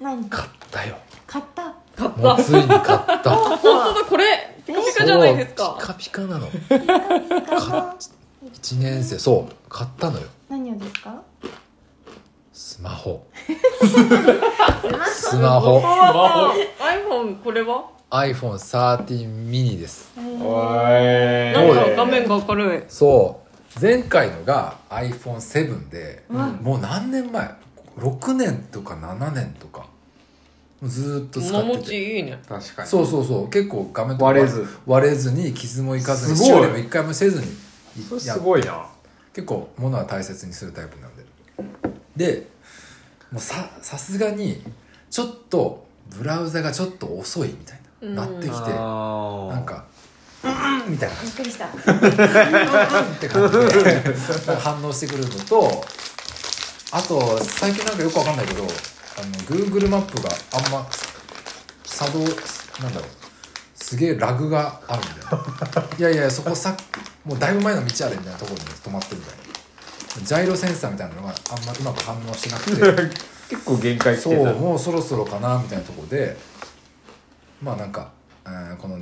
何買ったよ買った買ったもう本ついに買った当だこれピカピカじゃないですそうかピカピカなのピカピカの1年生そう買ったのよ何をですかスマホススマホマホ iPhone これは iPhone13 mini ですマおいなんかおい画面が明るいそう前回のが iPhone7 でうわもう何年前6年とか7年とかずーっと使物っ持ててちいいね確かにそうそうそう結構画面とか割れず割れずに傷もいかずにすごい修理も一回もせずにそれいやすごいな結構物は大切にするタイプなんででもうささすがにちょっとブラウザがちょっと遅いみたいうんな、なってきてななんか「うん」みたいなびっくりしたって感じで反応してくるのとあと最近なんかよくわかんないけどあの Google マップがあんま作動なんだろうすげえラグがあるんだよいやいやそこさもうだいぶ前の道あるみたいなところに止まってるみたいなジャイロセンサーみたいなのがあんまうまく反応してな く 結構限界て来そてたうもうそろそろかなみたいなところでまあなんか、えーこの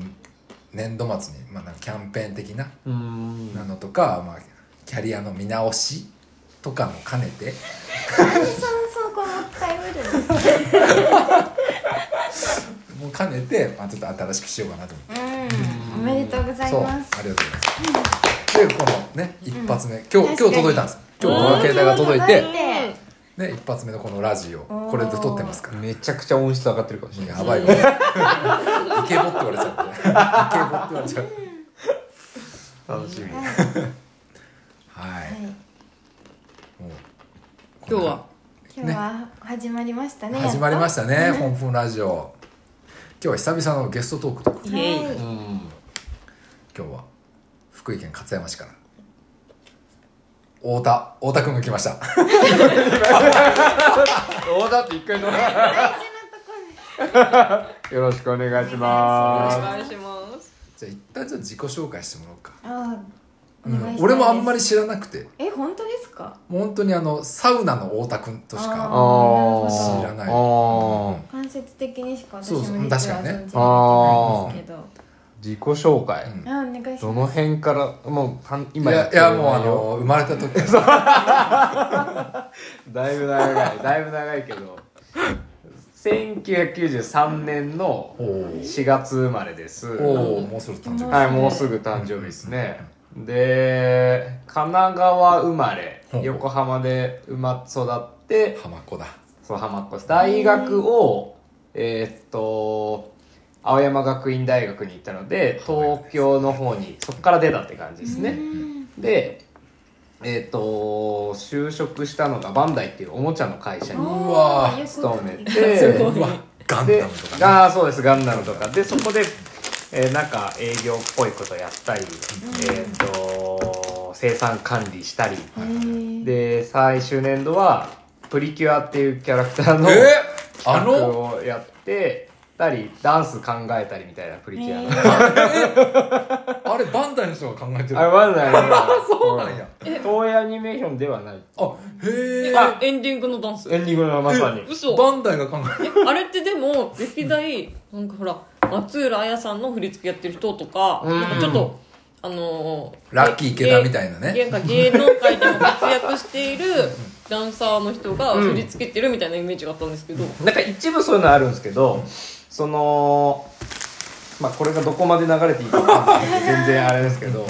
年度末に、まあ、なんかキャンペーン的なうーんなのとか、まあ、キャリアの見直しとかも兼ねて何そのそこもったいぶるのもう兼ねて、まあ、ちょっと新しくしようかなと思ってうんおめでとうございそうあますりがとうございますでこのね一発目、今日今確日かに届いたんです今日この携帯が届いてうん、でね、一発目のこのラジオこれで撮ってますからめちゃくちゃ音質上がってるかもしれないやばい わイケボって言われちゃうねイケボって言われちゃう楽しみはいはい、はいもう今日は今日は始まりましたね始まりましたね「やっとフォンフォンラジオ」今日は久々のゲストトークとかイエイはういん今日は福井県勝山市から太田太田君が来ました おだって一回乗 ら大事なとこよろしくお願いしおまあす願いしますじゃあ一旦ちょっと自己紹介してもらおうか、ろあうあお願いしたいんで、す俺もあんまり知らなくてえ本当ですかもう本当にあのサウナの太田君としあかー知らないあー間接的にしか私そうもそう実は確かにね存じ上げてないんですけど自己紹介、うんあお願いしどまの辺からもうたんい今やっいてるやもうあ内容の生まれた時からだいぶ長いだいぶ長いけど1993年のおー4月生まれですおーもうすぐ誕生日はいもうすぐ誕生日ですねで神奈川生まれほう横浜で生ま育って浜子だそう浜っ子です大学をえーっと青山学院大学に行ったので東京の方にそこから出たって感じですね、うんでえっ、と就職したのがバンダイっていうおもちゃの会社にうわあーよく勤めてすごいうわガンでダムとかねああそうですガンダムとかでそこで、えーなんか営業っぽいことやったり、えっ、と生産管理したりへーで最終年度はプリキュアっていうキャラクターのえー、あ企画のをやってたりダンス考えたりみたいなプリキュアの、へあれバンダイの人が考えてるあれあバンダイの そうなんやうん東映アニメーションではないへえあエンディングのダンスエンディングのまさに嘘バンダイが考えてるあれってでも歴代なんかほら松浦綾さんの振り付けやってる人とか,、うんなんかちょっとあのー、ラッキー池田みたいなね芸なんか芸能界でも活躍しているダンサーの人が振り付けてるみたいなイメージがあったんですけど、なんか一部そういうのあるんですけど、そのまあこれがどこまで流れていいかわかんないんで全然あれですけど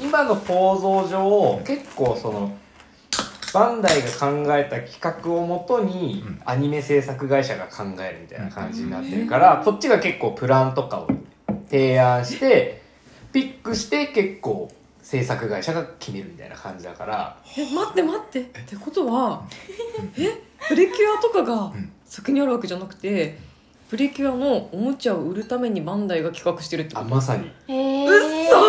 今の構造上結構そのバンダイが考えた企画をもとにうんアニメ制作会社が考えるみたいな感じになってるから、こっちが結構プランとかを提案してピックして結構制作会社が決めるみたいな感じだからえ待って待ってってことはえプリキュアとかがん先にあるわけじゃなくてプリキュアのおもちゃを売るためにバンダイが企画してるってこあとまさにへー嘘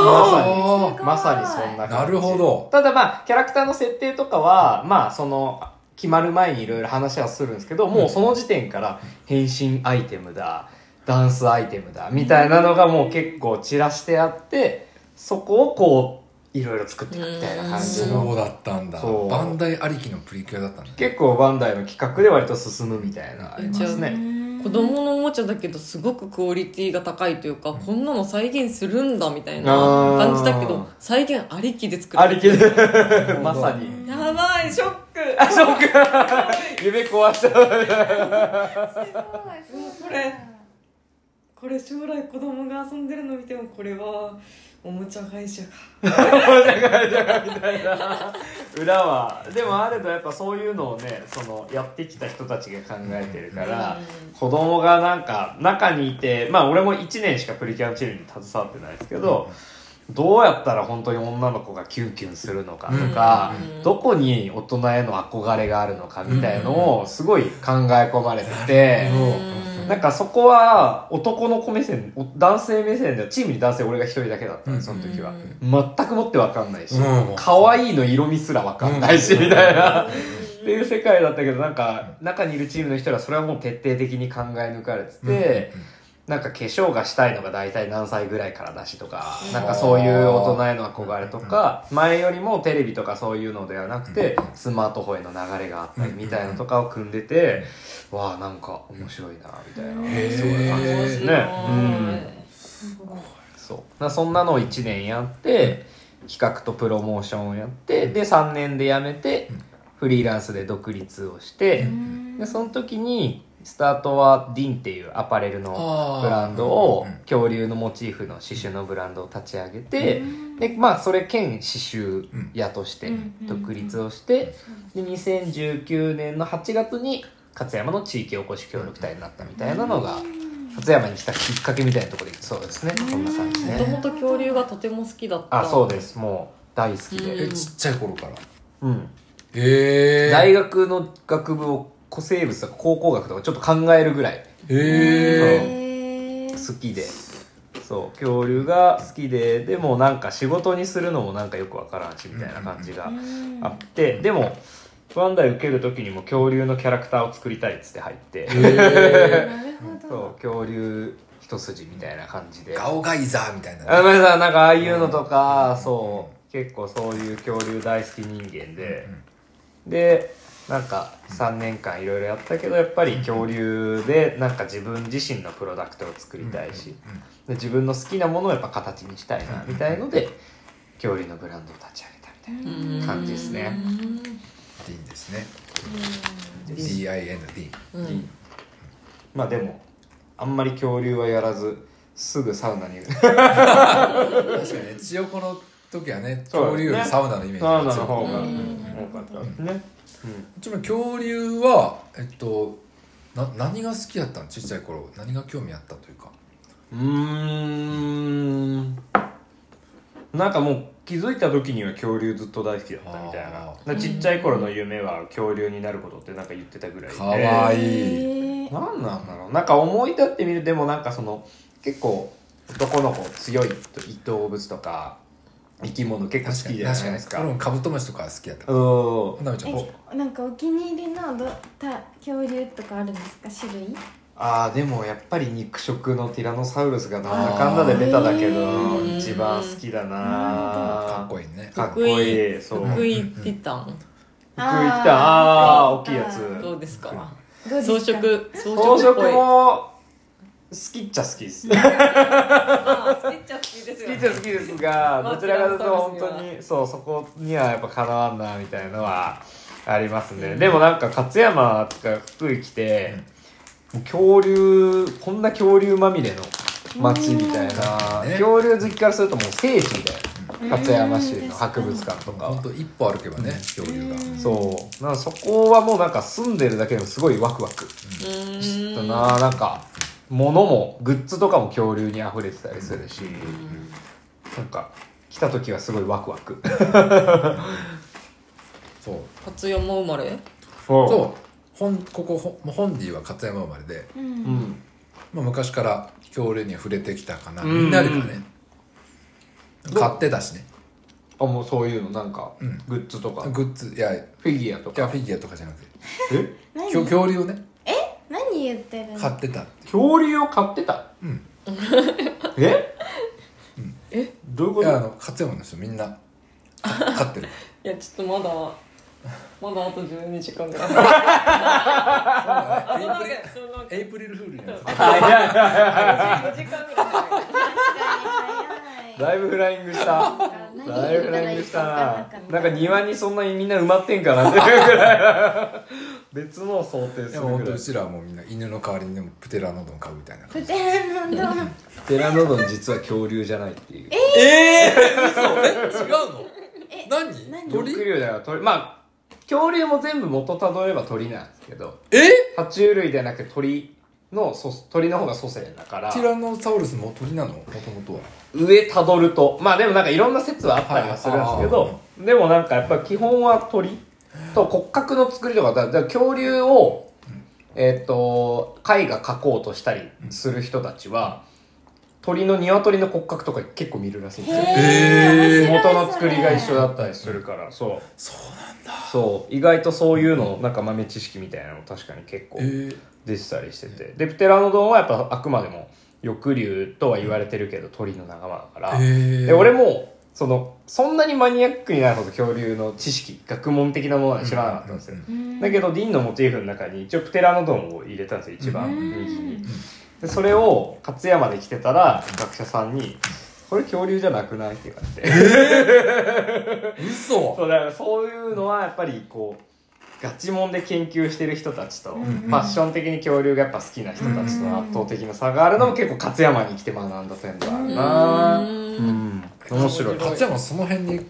まさにあすごいまさにそんな感じなるほどただまあキャラクターの設定とかはまあその決まる前にいろいろ話はするんですけどもうその時点から変身アイテムだダンスアイテムだみたいなのがもう結構散らしてあってそこをこういろいろ作っていくみたいな感じそうのだったんだそうバンダイありきのプリキュアだったんだね結構バンダイの企画で割と進むみたいなのありますうねん子供のおもちゃだけどすごくクオリティが高いというかこんなの再現するんだみたいなあー感じだけど再現ありきで作あるりきで まさ にやばいショックあそうか夢壊したすごいそうこれ これ将来子供が遊んでるの見てもこれはおもちゃ会社か裏はでもあればやっぱそういうのをねそのやってきた人たちが考えてるから、う子供がなんか中にいてまあ俺も1年しかプリキュアのチームに携わってないですけど、どうやったら本当に女の子がキュンキュンするのかとか、うんどこに大人への憧れがあるのかみたいのをすごい考え込まれてて、うんなんかそこは男の子目線お男性目線でチームに男性俺が一人だけだったんですその時は、全くもって分かんないし、うん可愛いの色味すら分かんないし、うんみたいな、っていう世界だったけどなんか中にいるチームの人らそれはもう徹底的に考え抜かれてて、なんか化粧がしたいのが大体何歳ぐらいからだしとか、なんかそういう大人への憧れとか、前よりもテレビとかそういうのではなくて、スマートフォンへの流れがあったりみたいなのとかを組んでて、わあなんか面白いな、みたいな。へーそういう感じですね。うん。すごいそう。なそんなのを1年やって、企画とプロモーションをやって、で3年で辞めて、フリーランスで独立をして、でその時にスタートはディンっていうアパレルのあーブランドをうんうん恐竜のモチーフの刺繍のブランドを立ち上げてでまあそれ兼刺繍屋としてうん独立をしてで2019年の8月に勝山の地域おこし協力隊になったみたいなのが勝山に来たきっかけみたいなところでそうですねこんな感じもとねもと恐竜がとても好きだったあそうですもう大好きえでうんちっちゃい頃からうんえ大学の学部を古生物とか考古学とかちょっと考えるぐらいええ好きでそう恐竜が好きででもなんか仕事にするのもなんかよくわからんしみたいな感じがあって、でもバンダイ受ける時にも恐竜のキャラクターを作りたいっつって入って、なるほそどう恐竜一筋みたいな感じでガオガイザーみたいなあねごめんなさいなんかああいうのとか、そう結構そういう恐竜大好き人間で、でなんか3年間いろいろやったけどやっぱり恐竜でなんか自分自身のプロダクトを作りたいし、で自分の好きなものをやっぱ形にしたいなみたいので、恐竜のブランドを立ち上げたみたいな感じですね。ディンですね DIN ディンうんうんまあでもあんまり恐竜はやらずすぐサウナに確かにね千代子の時はねそう恐竜よりサウナのイメージサウがナ強のく方がうん多かったですね。うんちなみに恐竜はえっとな何が好きだったのちっちゃい頃何が興味あったというかうーんなんかもう気づいた時には恐竜ずっと大好きだったみたいあーななちっちゃい頃の夢は恐竜になることってなんか言ってたぐらいでかわいいいなんなんだろうなんか思い立ってみるでもなんかその結構男の子強いと動物とか生き物結構好きじゃないですか俺もカブトムシとか好きやったうんなめちゃんこえなんかお気に入りのどた恐竜とかあるんですか種類あーでもやっぱり肉食のティラノサウルスがなんだかんだでベタだけどあー一番好きだなかかっこいいねかっこいいそう福井ティタン福井来たあああー大きいやつどうですかどうです装か飾装装飾っぽ飾いも好きっちゃ好きです好きっあ好きっちゃ好きですよねちゃ好きですがまあどちらかというと本当にそうそこにはやっぱかなわんなみたいのはありますねでもなんか勝山とか福井来てもう恐竜こんな恐竜まみれの街みたいなうん恐竜好きからするともう聖地みたいな勝山市うんの博物館とかほんと一歩歩けばね恐竜がそうなんかそこはもうなんか住んでるだけでもすごいワクワクうーんだななんか物もグッズとかも恐竜に溢れてたりするし、なんか来た時はすごいワクワクそう初山生まれそと本ここほもう本ディは勝山生まれで、うう、んうん、まあ、昔から恐竜には触れてきたかなうんみんなでかねん買ってたしねあもうそういうのなんか、うんグッズとかグッズいやいフィギュアとかやフィギュアとかじゃなくてえ何恐恐竜をね何言ってるの買ってた恐竜を買ってた、うん、え、えどういうこいやあと の勝山の人みんな飼ってるいやちょっとまだまだあと12時間ぐらいそんなわけないそんなわけなエいイプリルフールになる12時間ぐらいじゃないだいぶフライングした だいぶフライングしたななんか庭にそんなにみんな埋まってんか なっていうぐらい別のを想定すでるも本ぐ当らういちらはもうみんな犬の代わりにでもプテラノドン買うみたいなプテラノドンテラノドン実は恐竜じゃないっていうええ嘘え違うのえ何何緑鳥竜だから鳥まあ恐竜も全部元たどれば鳥なんですけどえ爬虫類ではなくて鳥の祖鳥の方が祖先だからティラノサウルスも鳥なのもともとは上たどるとまあでもなんかいろんな説はあったりはするんですけはいどでもなんかやっぱ基本は鳥と骨格の作りとかだだから恐竜を、えっと貝が描こうとしたりする人たちは鳥の鶏の骨格とか結構見るらしいんですよへー面白いそ元れの作りが一緒だったりするからそうそうなんだそう意外とそういうのなんか豆知識みたいなの確かに結構え出てたりしててでプテラノドンはやっぱあくまでも翼竜とは言われてるけど鳥の仲間だから、えで俺もそのそんなにマニアックになるほど恐竜の知識学問的なものは知らなかったんですよ、だけどディンのモチーフの中に一応プテラノドンを入れたんですよ一番右に、うんでそれを勝山で来てたら学者さんに「これ恐竜じゃなくない?」って言われて嘘そうだからそういうのはやっぱりこうガチモンで研究してる人たちと、うんファッション的に恐竜がやっぱ好きな人たちとの圧倒的な差があるのも結構勝山に来て学んだ点ではあるなううんん面白い勝山その辺に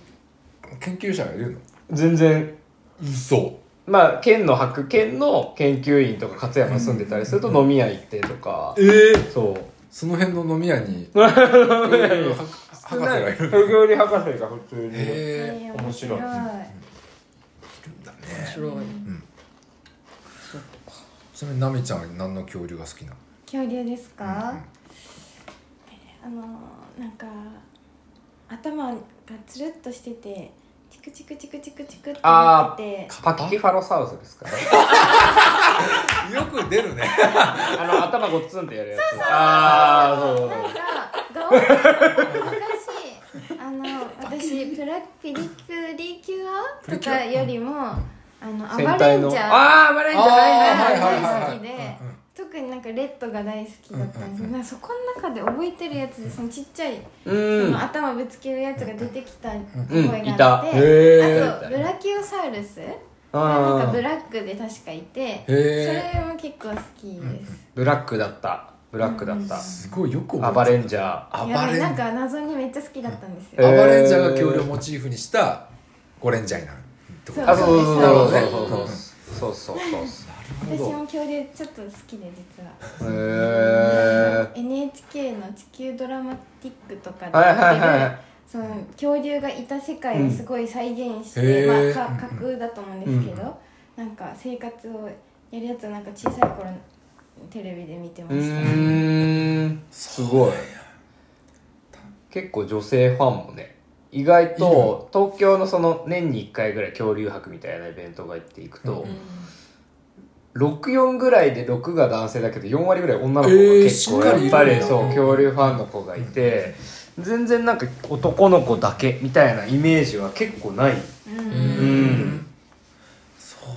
研究者がいるの全然嘘まあ県の博県の研究員とか勝山住んでたりすると飲み屋行ってとか、ええそうその辺の飲み屋 に博博士がいる恐竜博士が普通に、ええー面白いえ面白いちなみにナミちゃんは何の恐竜が好きなの恐竜ですか、うんあのーなんか頭がつるっとしててチクチクチクチクチクってなっててパッキファロサウルスですかよく出るねあの頭ごっつんってやるやつああそうそうそうなんか顔が昔あの私プラピリプリキュアとかよりもあのアバレンジャーああー、バレンジャーあはーいはいは大いは好い。きで特になんかレッドが大好きだったんですけどなんかそこの中で覚えてるやつでそのちっちゃい、うそんの。頭ぶつけるやつが出てきたう声んがあって、いたへーあとブラキオサウルスがなんあかブーラックで確かいてそへえれも結構好きです、ブラックだった。ブラックだった。すごいよくアバレンジジャー。アいやバレンジなんャか謎にめっちゃ好きだったんですえよ、ーアバレンジャーが恐竜をモチーフにしたゴレンジャーになるってことそうあ、そうそうそうそうそう。そうそう私も恐竜ちょっと好きで実はそう。へえ。 NHK の「地球ドラマティック」とかではいはいやってはるその恐竜がいた世界をすごい再現しうんへて、ーまあ、か架空だと思うんですけど、なんか生活をやるやつをなんか小さい頃テレビで見てまい。うした、ーん。すごい。結構女性ファンもね。意外と東京のその年に1回ぐらい恐竜博みたいなイベントが行っていくと、64ぐらいで6が男性だけど4割ぐらい女の子が結構えーしっかりやっぱりそう恐竜ファンの子がいて全然なんか男の子だけみたいなイメージは結構ないうんうんそう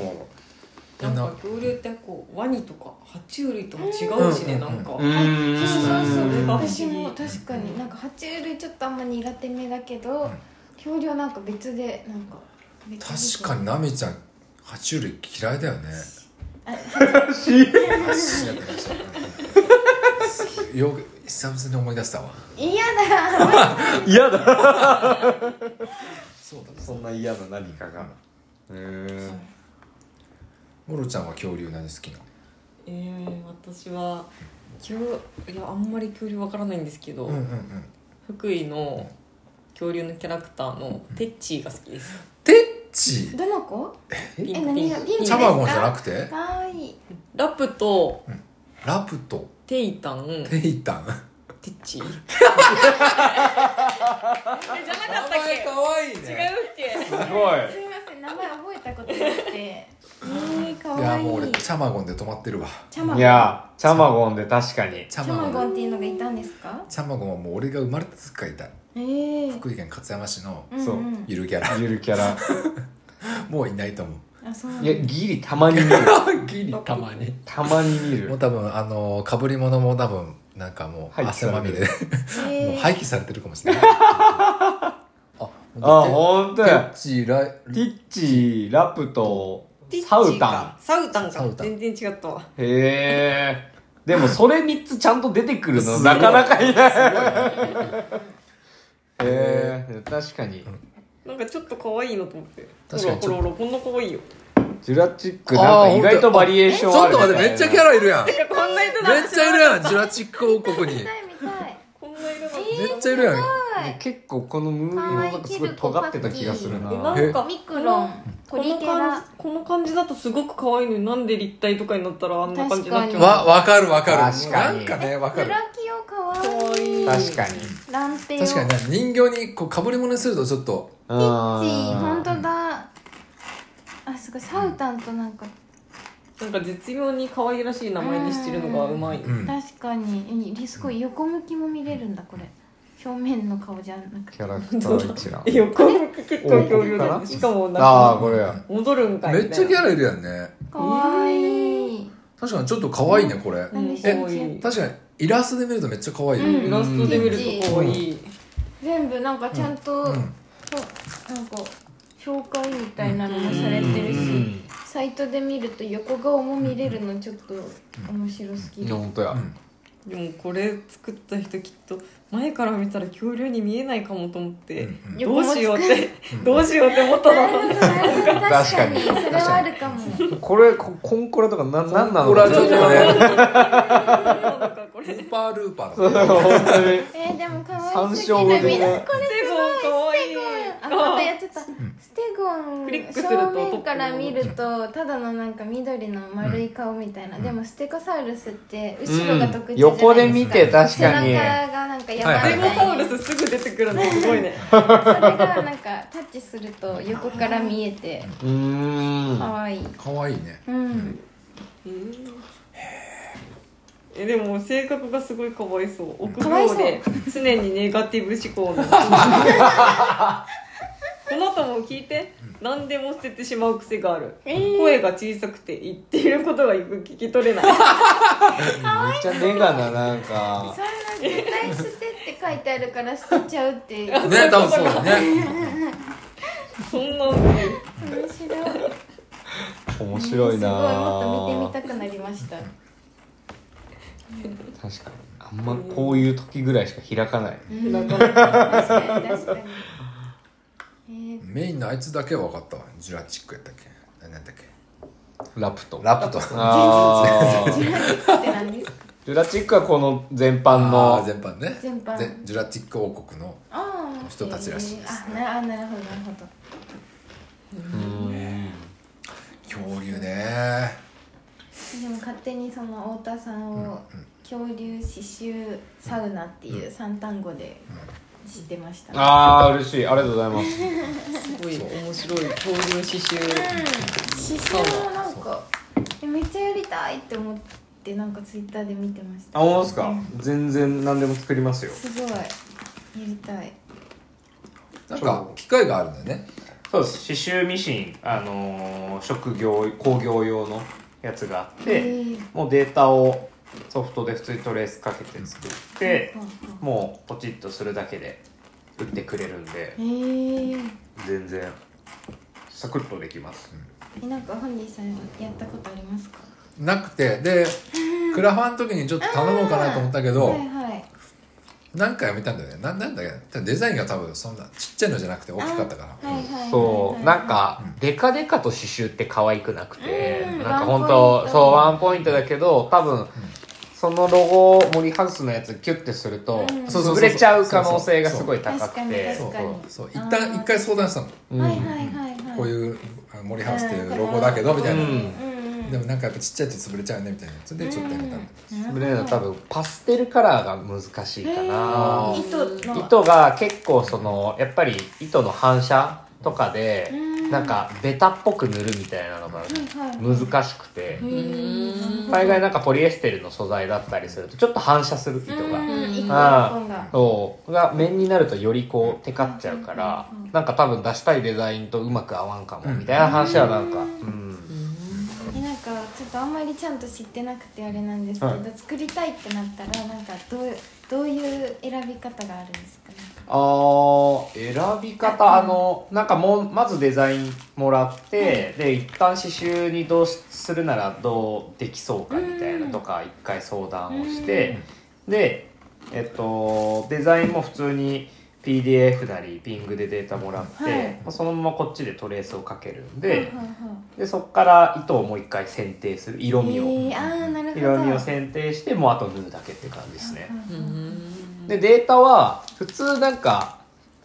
なんだそうなんか恐竜ってこうワニとか爬虫類とも違うしねうんなんかうーんそうそうそううん私も確かになんか爬虫類ちょっとあんま苦手めだけど、恐竜はなんか別でなんか別確かにナミちゃん爬虫類嫌いだよ ね爬虫類よく久々に思い出したわに嫌 だ嫌だそうだ そんな嫌な何かがうーんモロちゃんは恐竜何好きなのえー、私は恐いやあんまり恐竜わからないんですけど、うんうん福井の恐竜のキャラクターのテッチーが好きです。テッチどの子ピンえ何がピンピンクチャバゴンじゃなくてかわいいラプとラプトテイタン、テテイタンッ チー。えじゃなかったっけ？愛い違うっけ？すごすみまいせん名前覚えたことなくてえー、かいやあもう俺チャマゴンで止まってるわチャマゴンいやチャマゴンで確かにチチャマゴゴンンっていうのがいたんですかチャマゴンはもう俺が生まれた時からいたええ福井県勝山市のうんそうんゆるキャラ、ゆるキャラもういないと思うあそうなんいだやギリたまに見るギリたまにたまに見 もうる多分あのかぶり物も多分なんかもう廃棄汗まみれで、えもうえ廃棄されてるかもしれないああて本当てやっちらいティッチラプトサウンタサウタンサウタかン全然違ったわンへえでもそれ3つちゃんと出てくるのすごいなかなかいないへえ確かになんかちょっと可愛いなと思って確かにほらほらほらこんな可愛いよジュラチックなんか意外とバリエーションちょあっるとみた待いなってめっちゃキャラいるやんめっいやこんな人なんて知ちゃらいなるかやんジュラチック王国に見たい見たいこんな色なんめっちゃいるやん結構このムービーもなんかすごい尖ってた気がするな可え愛いなんかミクロンこ鳥のキャ感ラじこの感じだとすごく可愛いのになんで立体とかになったらあんな感じになっちゃうわわかるわかる確かになんかねわかフるラキオかわ可いい愛い確かにランペヨ確かにね人形にこうかぶり物にするとちょっとう本ん当だあすごいサウタンとなんかなんか絶妙に可愛らしい名前にしてるのがうまい、うん確かにえすごい横向きも見れるんだこれ表面の顔じゃなくてキャラクター一覧横向き結構恐竜だねおしかもなんああかこれや戻るんかいめっちゃキャララいるやんねかわいい確かにちょっと可愛いねこれなんでしえょうね確かにイラストで見るとめっちゃ可愛い、うんイラストで見ると可愛い全部なんかちゃんと、うんそうなんか紹介みたいなのもされてるし、サイトで見ると横顔も見れるのちょっと面白すぎいる、や本当やうんでもこれ作った人きっと前から見たら恐竜に見えないかもと思って、うんんどうしようってどうしようって思ったなるのほどなるほど確かに確それはあるかもこれこコンコラとかななんなのこれはちょっとねなんかこれスすーパールーパーそうだね 本当にえー、でも可愛いすぎ山椒るでねみんなこれごいあ可愛いまたやっちゃったステゴンクリックすると正面から見るとただのなんか緑の丸い顔みたいな、でもステゴサウルスって後ろが特徴じゃないですか、横で見て確背中かにがなんか山みはたいいデゴな、サウルスすぐ出てくるのすごいねそれがなんかタッチすると横から見えてうーん可愛い可愛いねうんえでも性格がすごいかわいそう臆かわいそ病うで常にネガティブ思 考のこの後も聞いて何でも捨ててしまう癖がある、声が小さくて言っていることがよく聞き取れないめっちゃネガななんかそんな絶対捨てって書いてあるから捨てちゃうっていう面ね多分そうだねそんな白い面白いすごいもっと見なてみたくなりました確かにあんまこういう時ぐらいしか開かない確かに確かにえーメインのあいつだけは分かったわジュラチックやったっけなんだっけラプトラプトあーってなんですかジュラチックはこの全般あーの全般ね全般ぜジュラチック王国のあー人たちらしいですえーあなあなるほどなるほど恐竜ねでも勝手にその太田さんを恐竜刺繍サウナっていう三単語で知ってました、ああ嬉しいありがとうございますすごい面白い恐竜刺うん繍刺繍もなんかえめっちゃやりたいって思ってなんかツイッターで見てましたあ本当ですか全然何でも作りますよすごいやりたいなんか機会があるんだよねそうです刺繍ミシン、あのー職業工業用のやつがあっえて、ーもうデータをソフトで普通にトレースかけて作って、うんうんもうポチッとするだけで売ってくれるんでえー全然サクッとできます、えなんか本人さんやったことありますかなくてでクラファンの時にちょっと頼もうかなと思ったけどはいはい何回も見たんだよねななんだっけデザインが多分そんなちっちゃいのじゃなくて大きかったからはいはいはいはいそうなんかデカデカと刺繍って可愛くなくてうんなんかワ本ンポイン当トそうワンワンポイントだけど多分そのロゴを森ハウスのやつキュッてするとうん潰れちゃう可能性がすごい高確かくにて確かにそう一旦一回相談したのうんはいはいはいはいこうういうあ森ハウスっていうロゴだけどみたいな、うんうんでもなんかやっぱちっちゃいと潰れちゃうねみたいなやつでちょっとやめたんだブレード多分パステルカラーが難しいかなへー糸の糸が結構そのやっぱり糸の反射とかでうんなんかベタっぽく塗るみたいなのがはいはい難しくてうん大概なんかポリエステルの素材だったりするとちょっと反射する糸がうん一個一本がそうが面になるとよりこうテカっちゃうからうんなんか多分出したいデザインとうまく合わんかもみたいな話はなんかうんえなんかちょっとあんまりちゃんと知ってなくてあれなんですけど、作りたいってなったらなんかどうどういう選び方があるんですかねあー選び方あのなんかもうまずデザインもらって、で一旦刺繍にどうしするならどうできそうかみたいなとか一回相談をして、でえっとデザインも普通に PDF なりピングでデータもらって、はいまあそのままこっちでトレースをかけるんはいはでい,、はいでそこから糸をもう一回選定する色味を、えー、ああなるほど色味を選定してもうあと縫うだけって感じですね、うんうんうんでデータは普通なんか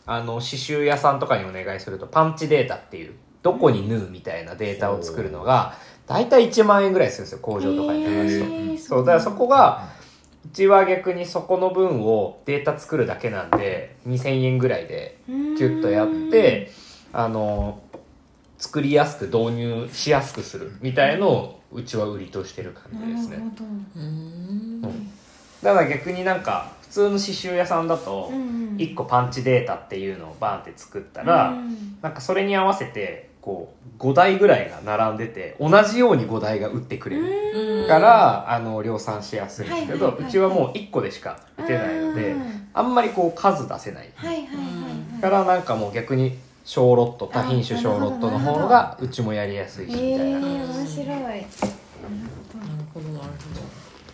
あの刺繍屋さんとかにお願いするとパンチデータっていうどこに縫うみたいなデータを作るのが大体1万円ぐらいするんですよ工場とかにお願いすると、えーそうだからそこがうちは逆にそこの分をデータ作るだけなんで2000円ぐらいでうーんキュッとやってあの作りやすく導入しやすくするみたいのをうちは売りとしてる感じですねなるほどうんだから逆になんか普通の刺繍屋さんだとうんうん1個パンチデータっていうのをバーンって作ったら、うんなんかそれに合わせてこう5台ぐらいが並んでて同じように5台が打ってくれるうんから、あの量産しやすいんですけど、はいはいはいはいうちはもう1個でしか打てないのでうんあんまりこう数出せない、はいはいはいはいからなんかもう逆に小ロット多品種小ロットの方がうちもやりやすいしえみたいなー、感じ面白いなるほどなる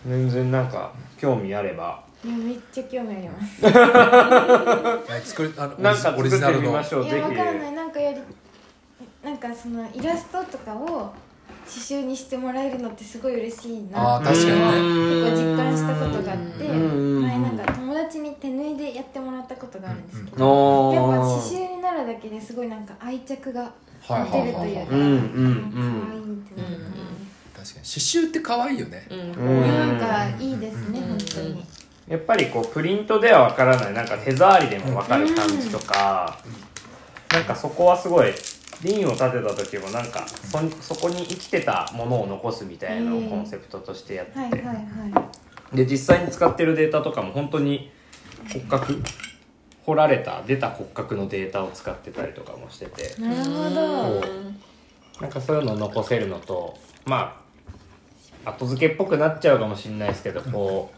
全然なんか興味あればいやめっちゃ興味ありますはい作りあのなんかオ作リっジナてルみのましょういぜやわひかんないなんかやりなんかそのイラストとかを刺繍にしてもらえるのってすごい嬉しいなあー確かにね結構実感したことがあってうんうんうん前なんか友達に手縫いでやってもらったことがあるんですけど、おーやっぱ刺繍になるだけですごいなんか愛着がはいはい持てはいるというかうんうん可愛いってなるか確かに刺繍って可愛いよねほどうんうら、んなんかいいですね、うん本当に、やっぱりこうプリントではわからないなんか手触りでもわかる感じとか、なんかそこはすごい瓶を立てた時もなんかそそこに生きてたものを残すみたいなのをうんコンセプトとしてやってて、はいはいはで実際に使ってるデータとかも本当に骨格掘られた出た骨格のデータを使ってたりとかもしてていなるほどなんかそういうのを残せるのとまあ後付けっぽくなっちゃうかもしれないですけどこ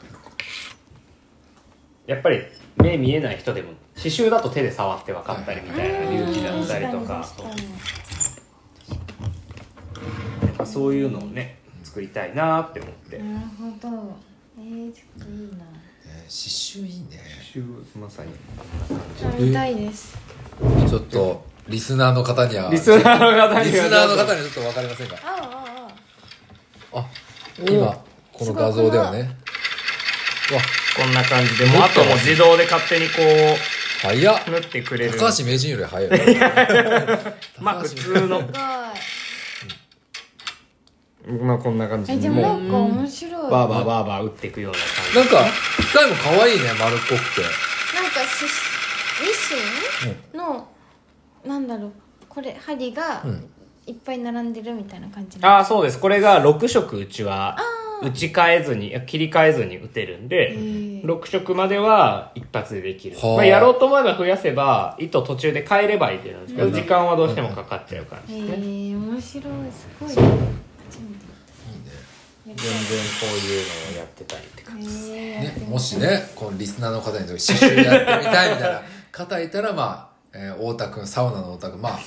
うやっぱり目見えない人でも刺繍だと手で触って分かったりみたいな隆起だったりとか確かに確かになんかそういうのをね作りたいなーって思ってなるほど。えー、ちょっといいな。刺繍いいね刺繍まさに食べたいです。ちょっとリスナーの方にはリスナーの方にはリスナーの方にはちょっと分かりませんがああああ今この画像ではねうわこんな感じでもうあともう自動で勝手にこう早っ縫ってくれる高橋名人より早いよね まあ普通のあ。まあこんな感すごい。えじゃあもうなんか面白い。バなんーかバーバーバー打っていくような感じなんか機械も可愛いね丸っこくしミシンの、なんだろうこれ針がうんいっぱい並んでるみたいな感じなああそうですこれが6色うちは打ち替えずにいや切り替えずに打てるんでー6色までは一発でできるはあまあやろうと思えば増やせば糸途中で変えればいいっていうのですけど時間はどうしてもかかっちゃう感えじですねー、面白いすごい。初めて全然こういうのをやってたりって感やりたい。えー、てやっねてみたいもし。ねこのリスナーの方に刺繍やってみたいみた いな方いたらまあ、えー、太田君サウナの太田君まあ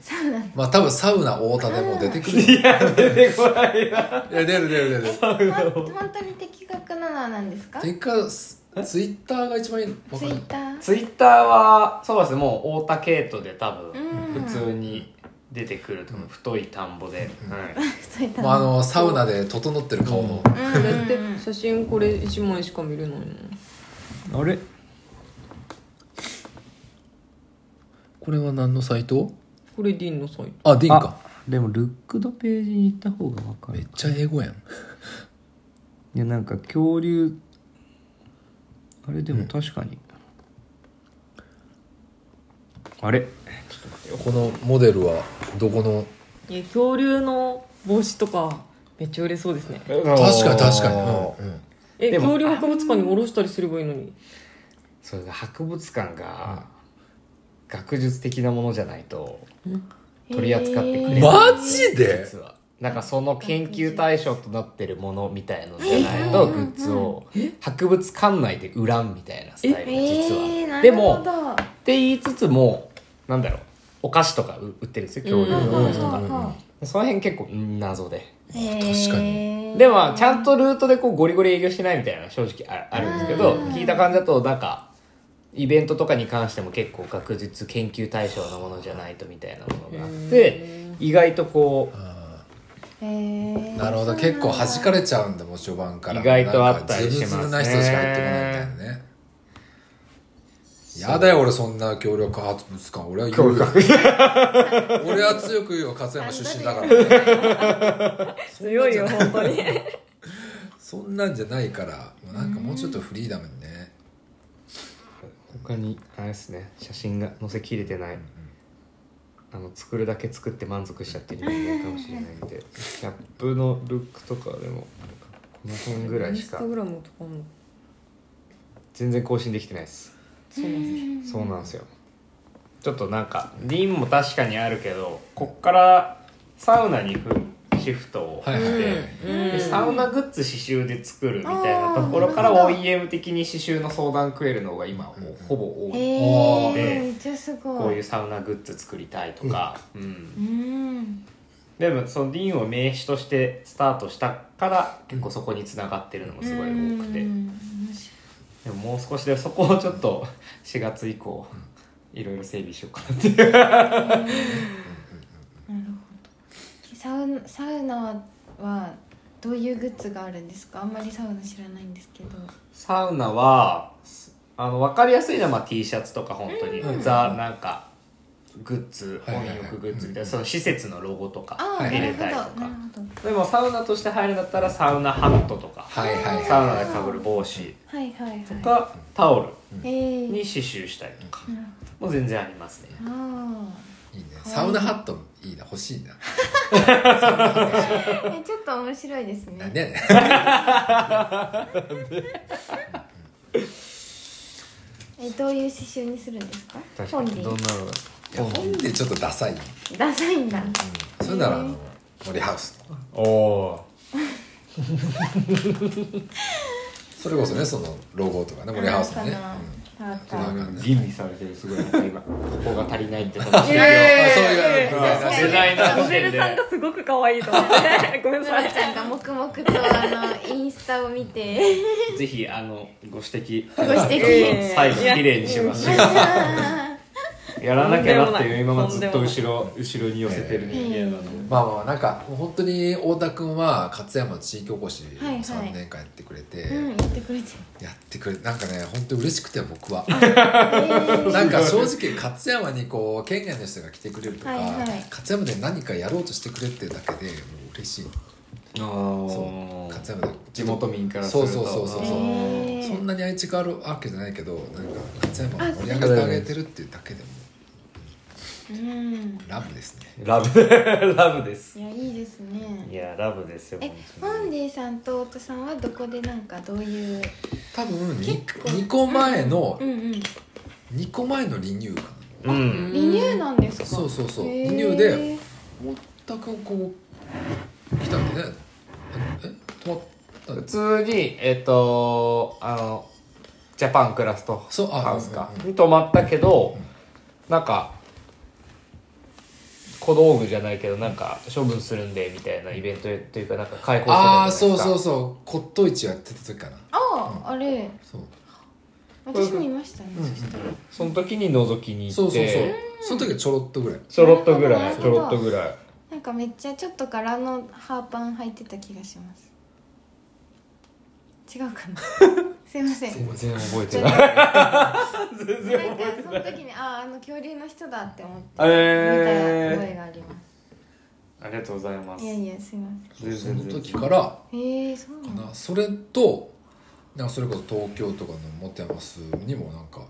サウナ。まあ多分サウナ太田でも出てくるいやじ出てこないな出る出る出るほん本当に的確なのは何ですか？てツイいうかツイッターが一番わかるッター。ツイッターはそうですねもう太田ケイトで多分うん普通に出てくると思う太い田んぼで、はい ツイッター。まあ、あのサウナで整ってる顔の、うんこうれ んっうんて写真これ一枚しか見れないのあれこれは何のサイトこれディンのサイトあディンかでもルックのページに行った方が分かめっちゃ英語やんいやなんか恐竜あれでも確かに、あれちょょっと待ってよこのモデルはどこのいや恐竜の帽子とかめっちゃ売れそうですね確確かに確かに、うんうんえでも恐竜博物館に下ろしたりすればいいのにそれが博物館が学術的なものじゃないと取り扱ってくれない、えーマジで実はなんかその研究対象となってるものみたいのじゃないとグッズを博物館内で売らんみたいなスタイルが実えー、はなでるほもどって言いつつもなんだろうお菓子とか売売ってるんですよ恐竜のお菓子とか、うんうんうんうんその辺結構謎で確かにでもまあちゃんとルートでこうゴリゴリ営業してないみたいなの正直ああるんですけどうん聞いた感じだとなんかイベントとかに関しても結構学術研究対象のものじゃないとみたいなものがあって意外とこうあえーーなるほど結構弾かれちゃうんだもう序盤から意外とあったりしますねなんかズルズルな人しか入ってこないみたいなねやだよ俺そんな協力発物館俺は言うよ 俺は強く言うよ勝山出身だから、ね、強いよ本当にそんなんじゃないからもうなんかもうちょっとフリーダムにね他にあれですね写真が載せきれてないあの作るだけ作って満足しちゃってる人間かもしれないんでギャップのルックとかでもこの辺ぐらいインしスかタグラムとかも全然更新できてないですそうなんですよそうなんですよちょっとなんかディーンも確かにあるけどこっからサウナにふシフトをして、はいはいはいでサウナグッズ刺繍で作るみたいなあーところかなるらほど OEM 的に刺繍の相談食えるのが今もうほぼ多えい、ー、でめっちゃすごいこういうサウナグッズ作りたいとか、うんうんでもそのディーンを名刺としてスタートしたから結構そこに繋がってるのもすごい多くて、うんでももう少しでそこをちょっと4月以降いろいろ整備しようかなってなるほどサウナサウナはどういうグッズがあるんですかあんまりサウナ知らないんですけどサウナはすあの分かりやすいのはまあ T シャツとか本当に、ザなんかグッズはいは温いはい浴グッズみたいな、その施設のロゴとかああ、入なれるほたどりとなかるほどでもサウナとして入るんだったらサウナハットとか、はいはいはいサウナでかぶる帽子はいはいはいとかタオルえにー、刺繍したりとかなるもう全然ありますねほどあいいねサウナハットいいな欲しいなあえちょっと面白いですなんねでやねんえどういう刺繍にするんですか本にどんなのがいや本でちょっとダサいダサいんだそれならあの森ハウスとかおおそれこそねそのロゴとかね森ハウスのね、うんあったあなあった吟味されてるすごいなんか今ここが足りないって話いやあそういうデザイナーデザイナーモ視デル点さんでがすごく可愛いと思ってごめんなノさラいちゃんが黙々とあのインスタを見てぜひあのご指摘ご指摘最後綺麗にします やらなきゃなっていう今までずっと後ろ後ろに寄せてる人間なのでまあまあなんかもう本当に太田君は勝山地域おこしはいはい3年間やってくれて、うん言ってくれちやってくれなんかね本当嬉しくて僕はゃう、えー なんか正直勝山にこう県外の人が来てくれるとか、はいはい勝山で何かやろうとしてくれってるだけでもう嬉しいそうそ勝山で地元民からすそるうとそうそうそうそう、えーそんなに愛知があるわけじゃないけどなんか勝山を盛り上げてあげてるっていうだけでもうんラブですねうラブ ラブですいやいいですいねやラブですよえ本ファンディさんと夫さんはどこでなんかどういう多分結構 2, 個前の、うんうんリ二個前のリニューかな当にうんニューなんですかそうそうそうへリニューで全くこう来たんでねえ止まった普通にえっ、とあのジャパンクラストそうあハウスかうんうんに泊まったけど、なんか小道具じゃないけどなんか処分するんでみたいなイベントというかなんか開放するんじゃあないあですかそうそうそう骨董市やってた時かなあああれそう私もいましたねんそしたらその時に覗きに行ってそうそうそうその時はちょろっとぐらいちょろっとぐらいなるちょほどろっとぐらいなんかめっちゃちょっと柄のハーパン履いてた気がします違うか なすいません全然覚えちょてっなといな全んかその時にあああの恐竜の人だって思って見たえー覚えがありますありがとうございますいやいやすいま全その然時からせんへえー、そうかなんだなそれとなんかそれこそ東京とかのモテマスにもなんか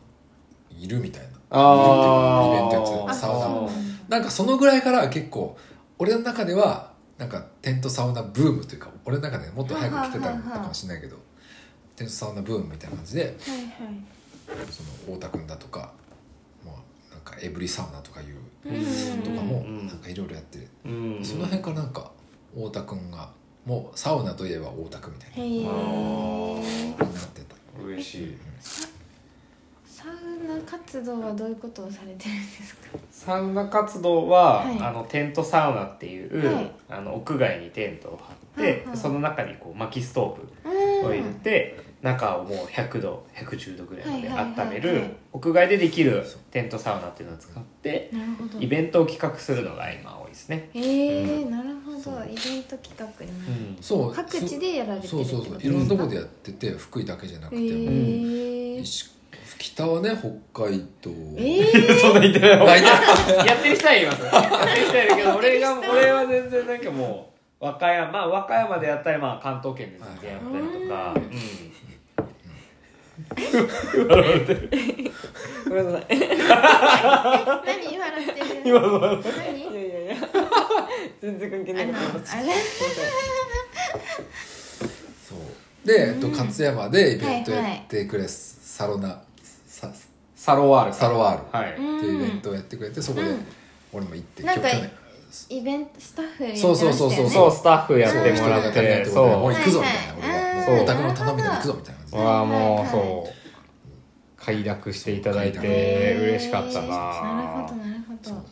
いるみたいなあイベントやってあたサウナあそうなんかそのぐらいから結構俺の中ではなんかテントサウナブームというか俺の中でもっと早く来てたのかもしれないけどテントサウナブームみたいな感じではいはいその太田君だとかもうなんかエブリサウナとかいううんうんとかうんもうんなんかいろいろやってる、うんその辺からなんか太田君がもうサウナといえば太田君みたいへえになってた嬉しいサウナ活動はどういうことをされてるんですかサウナ活動は、はいあのテントサウナっていう、はいあの屋外にテントを張って、はいはいその中にこう薪ストーブを入れうて、中をもう100度110度ぐらいまはいではいはい温はいめる、屋外でできるテントサウナっていうのを使ってんなるほどイベントを企画するのが今多いですね。ええなるほどイベント企画になうるんそう各地でやられてるってそうことそうそですかういろんなとこでやってて福井だけじゃなくえても、え石北はね北海道ええそんな言ってない大体やってる人はい ます。やってる人はいるけど、俺が、俺は全然なんかもう、和歌山、まあ和歌山でやったり、まあ関東圏で全然やったりとか、ごめんなさい何笑ってる今何いやいやいや全然関係なあいのあれそうで、えっと、勝山でイベントはいはいやってくれ、サロナササロワール。サロワールはい。うっていうイベンんトをやってくれてそこでうん俺も行って、なんか去年イベントスタッフやってそうましたそようねそうそうそうう、スタッフやってもらっ一人でやってないて、ってことでもそうう。行くぞみたいな、はいはい俺うはんお宅の頼みで行くぞみたいな感じではもう、はいはいそう。快諾していただいへて、ー嬉しかったななるほどなるほど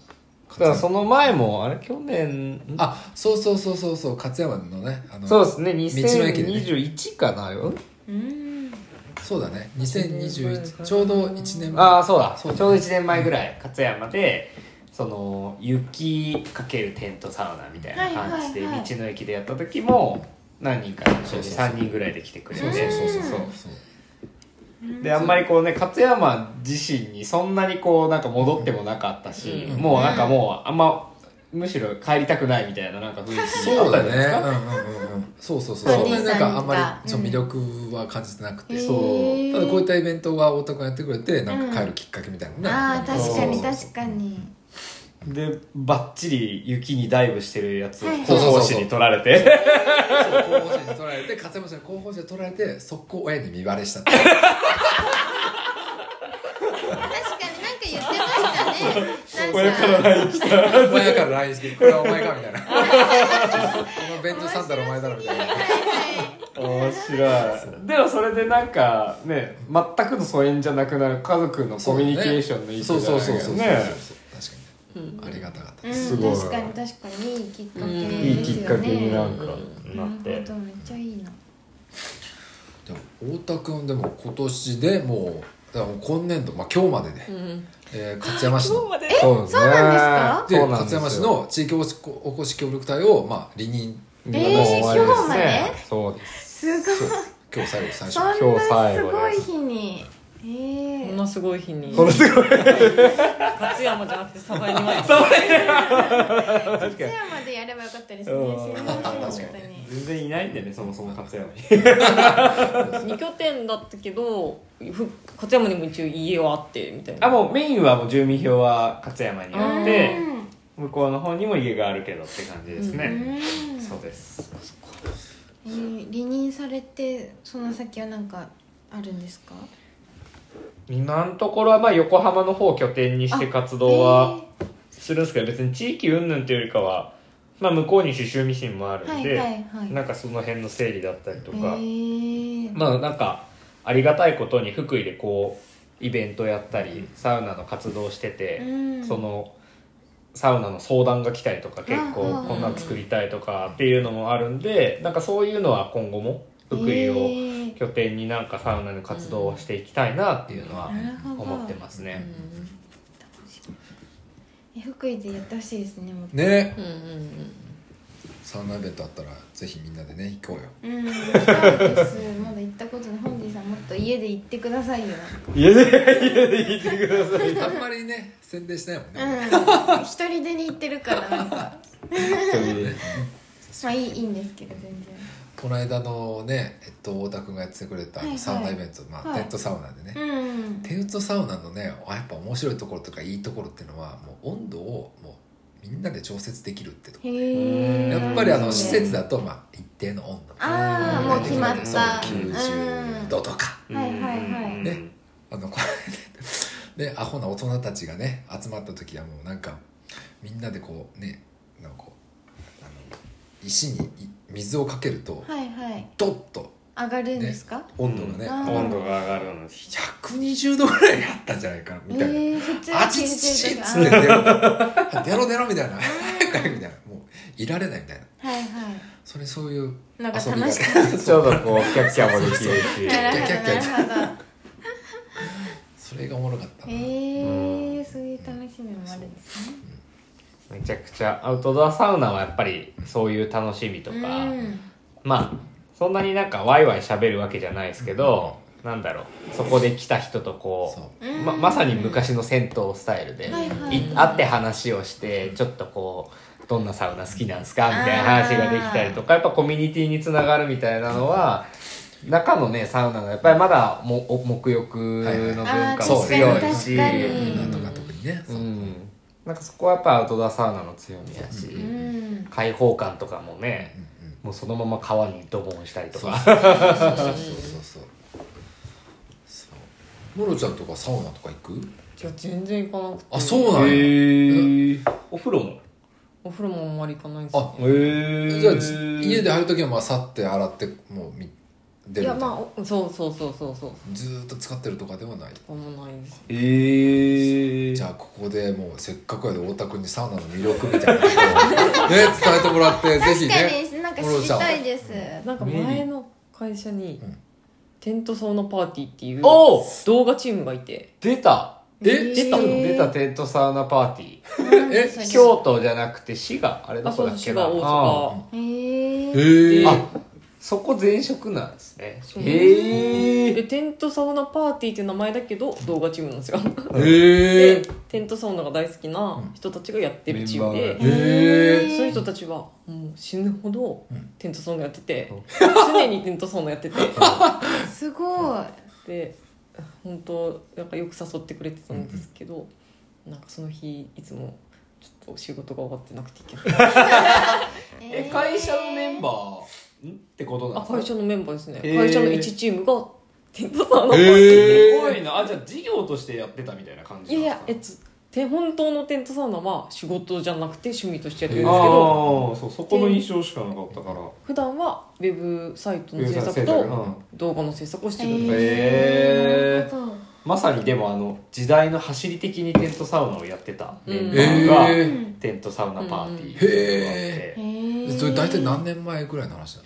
ただその前も、あれ、去年、あそうそうそうそうそう勝山のねあのそうですね、道の駅でね2021かな、ようんそうだね2021ちょうど1年ああそうだそうだちょうど1年前ぐらい勝山でその雪かけるテントサウナみたいな感じではいはいはい道の駅でやった時も何人か一緒そうにそうそう3人ぐらいで来てくれてそうそうそうそうそうであんまりこうね勝山自身にそんなにこうなんか戻ってもなかったし、うんもうなんかもうあんまむしろ帰りたくないみたいななんか雰囲気そうだねあったじゃないですかうんうんうんうんそうそうそうおそん兄なさんにがなんかあんまりそううん魅力は感じてなくて、へーそうただこういったイベントは太田君やってくれてなんか帰るきっかけみたいな、ああ確かにそう確か にでばっちり雪にダイブしてるやつをはいはい広報誌に取られてそう候補者に取られて勝山市の候補者に取られて速攻親に見バレしたって確かになんか言ってましたね親なん からか LINE した親から LINE して「これはお前か」みたいな「この弁当さんだろお前だろ」みたいな面白いでもそれでなんかね全くの疎遠じゃなくなる家族のコミュニケーションの一そ種うじゃなそいうそうけそどうそう確かねにねありがたかったうんですすごい確かに確かにいいきっかけうんですよねいいきっかけになんかなっなてるほどめっちゃいいなでも太田君でも今年でもうだからもう今年度、まあ、今日までで、うんえー勝山市今日のまでそうそうなんでそうなん勝ですよ山市の地域おこしおこし協力隊を、まあ、離任ええー今日までそうですすごい今日最後最初そんな今日最す後ごでいす日にえこえんなすごい日にこのすごい勝山じゃなくてサバイに参った津山でやればよかったですねうんすいません確か本当に全然いないんでねそもそも勝山に2拠点だったけどふ勝山にも一応家はあってみたいなあもうメインはもう住民票は勝山にあってうん向こうの方にも家があるけどって感じですねうんそうですえー離任されてその先は何かあるんですか今のところはまあ横浜の方を拠点にして活動はするんですけど別に地域云々というよりかは、まあ、向こうに刺繍ミシンもあえるーはんいで、はいはいなんかその辺の整理だったりとか、えーまあなんかありがたいことに福井でこうイベントやったりサウナの活動してて、うんそのサウナの相談が来たりとか結うんうん構うんこんなの作りたいとかっていうのもあるんでなんかそういうのは今後も福井えをー拠点になんかサウナの活動をしていきたいなっていうのはなるほど思ってますね。え福井でやってほしいですねもっとねうんうんうんサウナイベントあったらぜひみんなでね行こうようん行きたいですまだ行ったことない本人さんもっと家で行ってくださいよ家で家で聞いてくださいあんまりね宣伝しないもんうね、ん一人でに行ってるからなんか一人でまあいいいいんですけど全然この間のね、えっと、太田君がやってくれたあはいはのいサウナイベント、まあ、はいテントサウナでね、うんテントサウナのねあやっぱ面白いところとかいいところっていうのはもう温度をもうみんなで調節できるってとこへえやっぱりあの施設だとまあ一定の温度ああもう決まったそううん90度とか、はいはいはいねあのこれででアホな大人たちがね集まった時はもうなんかみんなでこうねなんかこうあの石にい水をかけると、はいはいドッと上がるんですか温度がね、うん温度が上がるの120度ぐらいあったんじゃないかみたいな。ええ普通あちちちちっつって出ろ出ろ出ろみたいな早く早くみたいなもういられないみたいなはいはいそれそういうなんか遊びが楽しかっちょうどこうキャッキャもできるた しなるキャッキャッキャッキャほどなるほそれがおもろかったどな、へえそういう楽しみもあるんですねめちゃくちゃアウトドアサウナはやっぱりそういう楽しみとうんか、まあそんなになんかワイワイ喋るわけじゃないですけど、なんだろうそこで来た人とこうそうままさに昔の銭湯スタイルで、はいはいい会って話をしてちょっとこうどんなサウナ好きなんですかみたいな話ができたりとかやっぱコミュニティにつながるみたいなのは中のねサウナがやっぱりまだもお沐浴の文あー化も確かに強確いし。かそういうにのとか特にね、そううん、なんかそこはやっぱアウトドアサウナの強みやし、うん開放感とかもね、もうそのまま川にドボンしたりとそうかそうそうそうそうそうそうのろちゃんとかサウナとか行くいや全然行かなくてあそうなんや、お風呂もお風呂もあんまり行かないんですよあへーじゃあじ家で入る時はまあ去って洗ってもうみ出いるやみたいな、まあおそうそうそうそうそうずーっと使ってるとかではないあんまないですえー、じゃあここでもうせっかくやで太田君にサウナの魅力みたいなことをね伝えてもらってぜひ確かねになんか知りたいですなんか前の会社にうんテントサウナパーティーっていうおう動画チームがいて出たえ出たへー出たテントサウナパーティーえ京都じゃなくて滋賀あれどあこそうだでっすけ千な葉あ大へええーー、あそこ前職なんですねそうへ阪でえテントサウナパーティーっていう名前だけど動画チームなんですよえでテントサウナが大好きな人たちがやってるチームメンバでーー、えそういう人たちはもう死ぬほどうんテントサウナやってて、うん常にテントサウナやっててすごいで本当なんかよく誘ってくれてたんですけど、なんかその日いつもちょっと仕事が終わってなくて行けなかっえ会社のメンバーんってことたなあん会ですか社のメンバーですね、へー会社の1チームがテントサウナパーティーえすごいなあじゃあ事業としてやってたみたいな感いじやないんですやかえっとて本当のテントサウナは仕事じゃなくて趣味としてやってるんあですけどあそうそこの印象しかなかったから普段はウェブサイトの制作制作とうん動画の制作をしてるんですえーなるへーほどまさにでもあの時代の走り的にテントサウナをやってたメンバえーが、うー、んテントサウナパーテうんィーっていうのがあってへーそれ大体何年前ぐらいの話だ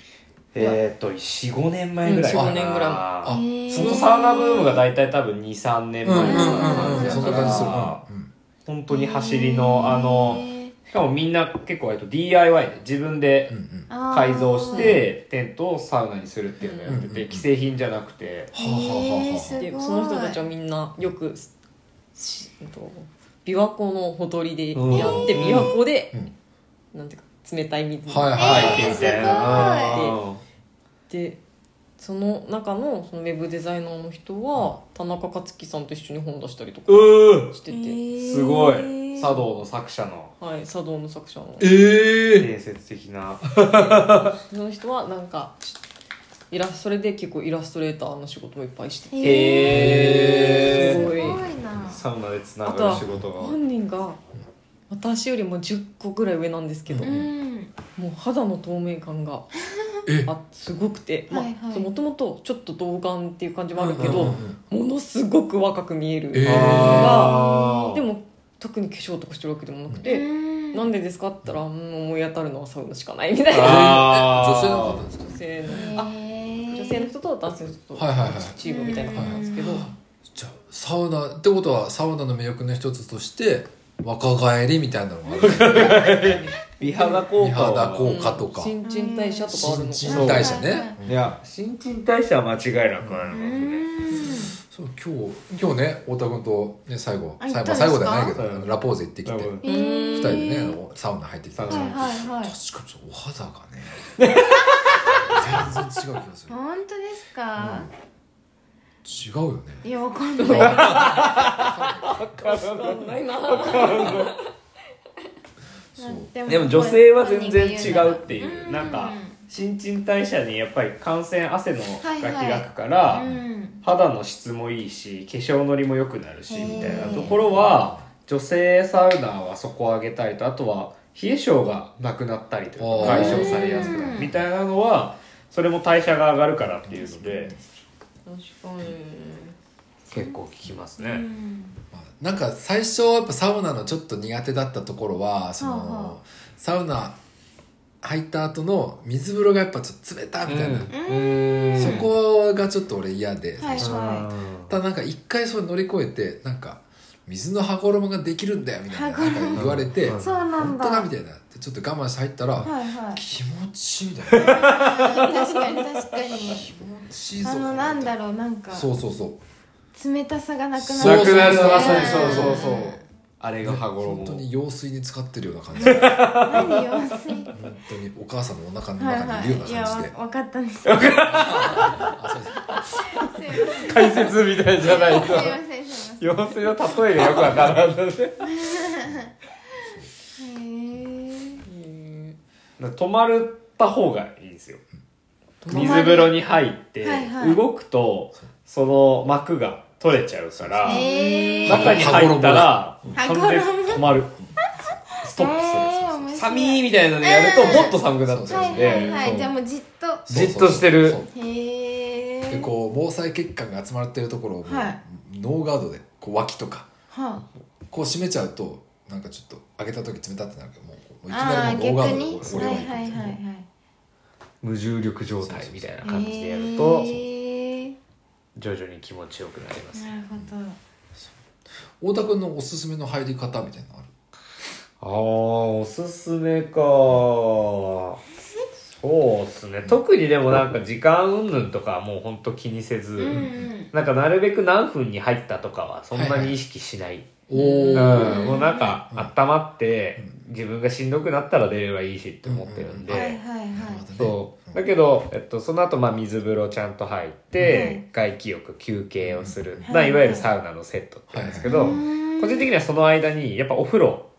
えーっと45年前ぐらいかな、うん45年ぐらあへーそのサウナブームが大体多分23年うんうん前ぐらいのうん感うんじそだんかな感じするらうんうん本当に走りのあのしかもみんな結構割と DIY で自分でうんうんは改造してテントをサウナにするっていうのをやってうんうんうんて既製品じゃなくてあはあはあはえでーすごいその人たちはみんなよくすしえっと琵琶湖のほとりでやうんって琵琶湖でう、なんていうか冷たい水にあはいえーはい、入ってみたいすなごいうんでその中のそのウェブデザイナーの人は田中克樹さんと一緒に本出したりとかうーしてて、すごい茶ド道の作者のはい、茶道の作者のえ伝説的なその人はなんかイラそれで結構イラストレーターの仕事もいっぱいしててへすーごいなサウナでつなあとがるは仕事が本人が私よりも10個ぐらい上なんですけど、うんもう肌の透明感がえあすごくてはいはいもともとちょっと童顔っていう感じもあるけうんどうんうんものすごく若く見えるえーがあーでも特に化粧とかしてるわけでもなくて「なんでですか?」って言ったら「うん思い当たるのはサウナしかない」みたいなあー女性の方ですか女性へのあー女性の人と男性の人とはいはいはいチームみたいな感じなんですけどじゃあサウナってことはサウナの魅力の一つとして若返りみたいなのがある美肌効美果は肌効果とか新陳代謝とかある新陳のかな代謝ねいや新陳代謝は間違いなくあるうのかもしれないんそう今日今日ね太田君と、ね、最後あ最後行ったんですか最後ではないけどはいあのラポーゼ行ってきて多2分へー人でねあのサウナ入ってきたんですはよいはいはい確かにお肌がね違う気がする本当ですか、違うよねいやわかんないわかんないなそうででも女性は全然違うっていう、うんなんか新陳代謝にやっぱり感染汗のはいはいが開くから、うん肌の質もいいし化粧のりも良くなるしへーみたいなところは女性サウナーは底を上げたりとあとは冷え性がなくなったりとあーか解消されやすくなうるんみたいなのはそれも代謝が上がるからっていうので確かに結構効きますうね。んまあなんか最初はやっぱサウナのちょっと苦手だったところはその、はあはあサウナ入った後の水風呂がやっぱちょっと冷たみたいな、そこがちょっと俺嫌で、はいはただなんか一回それ乗り越えてなんか水の羽衣ができるんだよみたいなな羽ん衣か言われて、うんいそうなん本だ当だはみたいなでちょっと我慢して入ったら、いはい気持ちいいみたいな確かに確かに気持ちいいぞあのなんだろうなんかそうそうそう冷たさがなくなるそうそうそうそうそうあれが羽本衣当に用水に使ってるような感じ本何用水当にお母さんのお腹のはい中はにいるよういいなや感じで、わわかったんですよすいあそうですませんすい解説みたいじゃないま とせんすいま様子の例えがよくわからんのでせんへええ止まった方がいいんですよまる水風呂に入ってはいはい動くとその膜が取れちゃうからへえ中に入ったら羽完衣全に止まるストップするんですよ面白い寒いみたいなのやるともっと寒くなっちゃはうんいはいではいじゃあそうもうじっとそうじっとしてるそうへえでこう毛細血管が集まってるところをもうはいノーガードでこう脇とかはこう締めちゃうとなんかちょっと上げた時冷たってなるけどもうこういきあなありーもうノーガ逆ードにでこう俺はいはいはいははい無重力状態みたいな感じでやるへとー徐々に気持ちよくなりますなるほど太田君のおすすめの入り方みたいなのあるあーおすすめかそうっすね特にでもなんか時間云々とかはもうほんと気にせず、うんうんなんかなるべく何分に入ったとかはそんなに意識しない、おうーん、もうなんか温まって自分がしんどくなったら出ればいいしって思ってるんで、はいはいはいなるほどねそうだけど、えっと、その後まあ水風呂ちゃんと入って、外気浴休憩をする、はいまあ、いわゆるサウナのセットって言うんですけど、うーん個人的にはその間にやっぱお風呂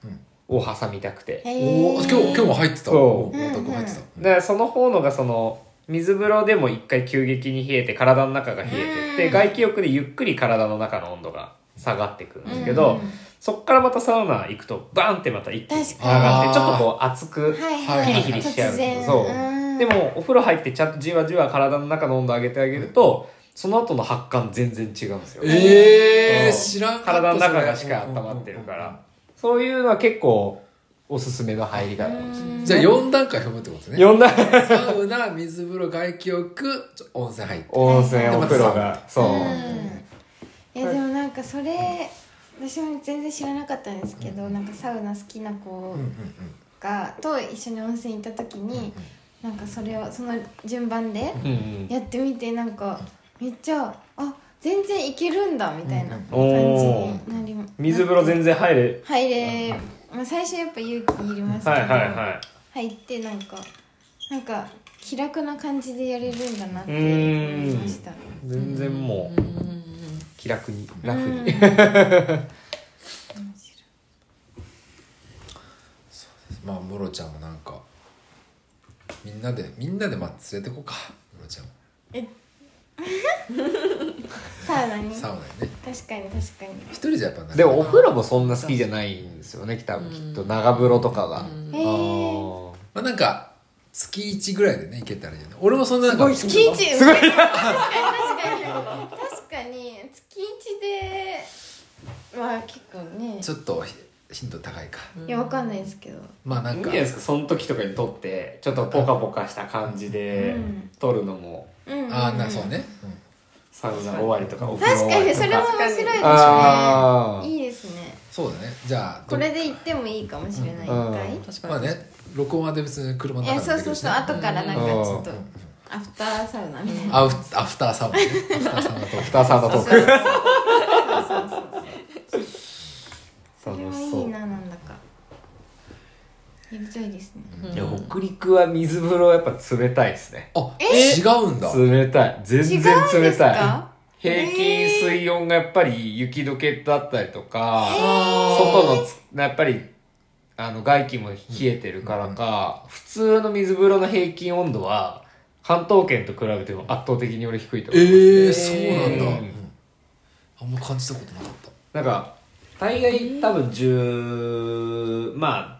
を挟みたくて、へおーー今日今日も入ってたそう太田君入ってたでその方のがその水風呂でも一回急激に冷えて体の中が冷えてってうん外気浴でゆっくり体の中の温度が下がってくるんですけうんどうんそっからまたサウナ行くとバンってまた一気に上確かにがってちょっとこう熱くはいははいいヒリヒリしちゃう突然そううんでもお風呂入ってちゃんとじわじわ体の中の温度上げてあげるとその後の発汗全然違うんですよえーそう知らんかった体の中がしそれか温まってるからそういうのは結構おすすめの入り方かもしれないじゃあ4段階踏むってことね呼んだサウナ水風呂外気浴ちょ温泉入って温泉お風呂がそういやでもなんかそれ私も全然知らなかったんですけどなんかサウナ好きな子うんうんがと一緒に温泉行った時になんかそれをその順番でうんやってみてなんかめっちゃあ全然いけるんだみたいな感じうんおになります水風呂全然入れ入れ、まあ、最初やっぱ勇気いりますけど、はいはいは入ってなんかなんか気楽な感じでやれるんだなってう思ーんいましたい全然もう気楽にラフうん面に白うんまあムロちゃんもなんかみんなでみんなでまあ連れてこうかムロちゃんもいサウナにサウナ確にねかに確か一人じゃやっぱなかなかでもお風呂もそんな好きじゃないんですよね多分きっと長風呂とかがにへえまあなんか月1ぐらいでね行けたらいいよね俺もそんななんか月一すごい確かに確かに確かに月一でまあ結構ねちょっと頻度高いかいやわかんないですけどまあないんいじかゃないですかその時とかに撮ってちょっとポカポカした感じでうん撮るのもうんああなそうね、うんサウナ終わりとかお風呂確終かわりにとそれも面白あいですねいいですねそうだねじゃあこれで行ってもいいかもしれない一うん回確まかあに、ね録音はで別に車のえ中でそうできそうるしそうね後からなんかちょっとうんアフターサウナみたいなアフアフターサウナねアフターサウナとアフターサウナトーそうそうそうクそうそれはいいななんだかやりたいですねうんいいや北陸は水風呂やっぱ冷たいですねあ違うんだ冷たい全違うん然で冷すたいか平均水温がやっぱり雪解けだったりとか、外のつやっぱりあの外気も冷えてるからか、普通の水風呂の平均温度は関東圏と比べても圧倒的に俺低いと思います、ええーそうなんだ、うんうんあんま感じたことなかったなんか大概多分10まあ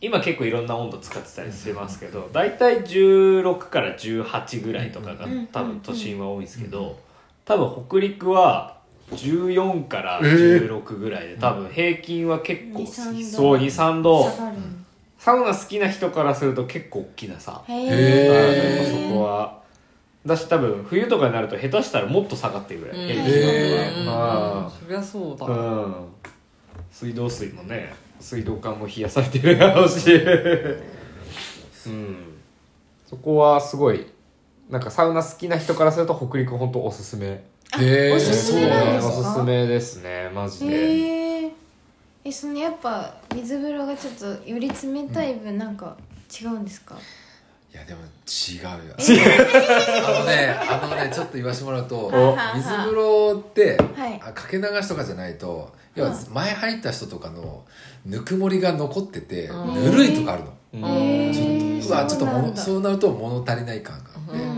今結構いろんな温度使ってたりしますけど大体16から18ぐらいとかがうん多分都心は多いですけど多分北陸は14からえー16ぐらいで多分平均は結構二三度そう23度下がるサウナ好きな人からすると結構大きな差あのやっぱへそえこはだし多分冬とかになると下手したらもっと下がってるぐらい平均へ温ー度はうんそりゃそうだ、うん水道水もね水道管も冷やされてるだろうしうんそこはすごいなんかサウナ好きな人からすると北陸本当おすすめえおすすめなんですかおすすめですねマジでへええそのやっぱ水風呂がちょっとより冷たい分なんか違うんですかいやでも違うよあのねあのねちょっと言わせてもらうとはは水風呂って、はいあかけ流しとかじゃないと要はは前入った人とかのぬくもりが残っててうぬんるいとかあるの、ううんんへえうわちょっとそうなもんうだそうなると物足りない感があって、うん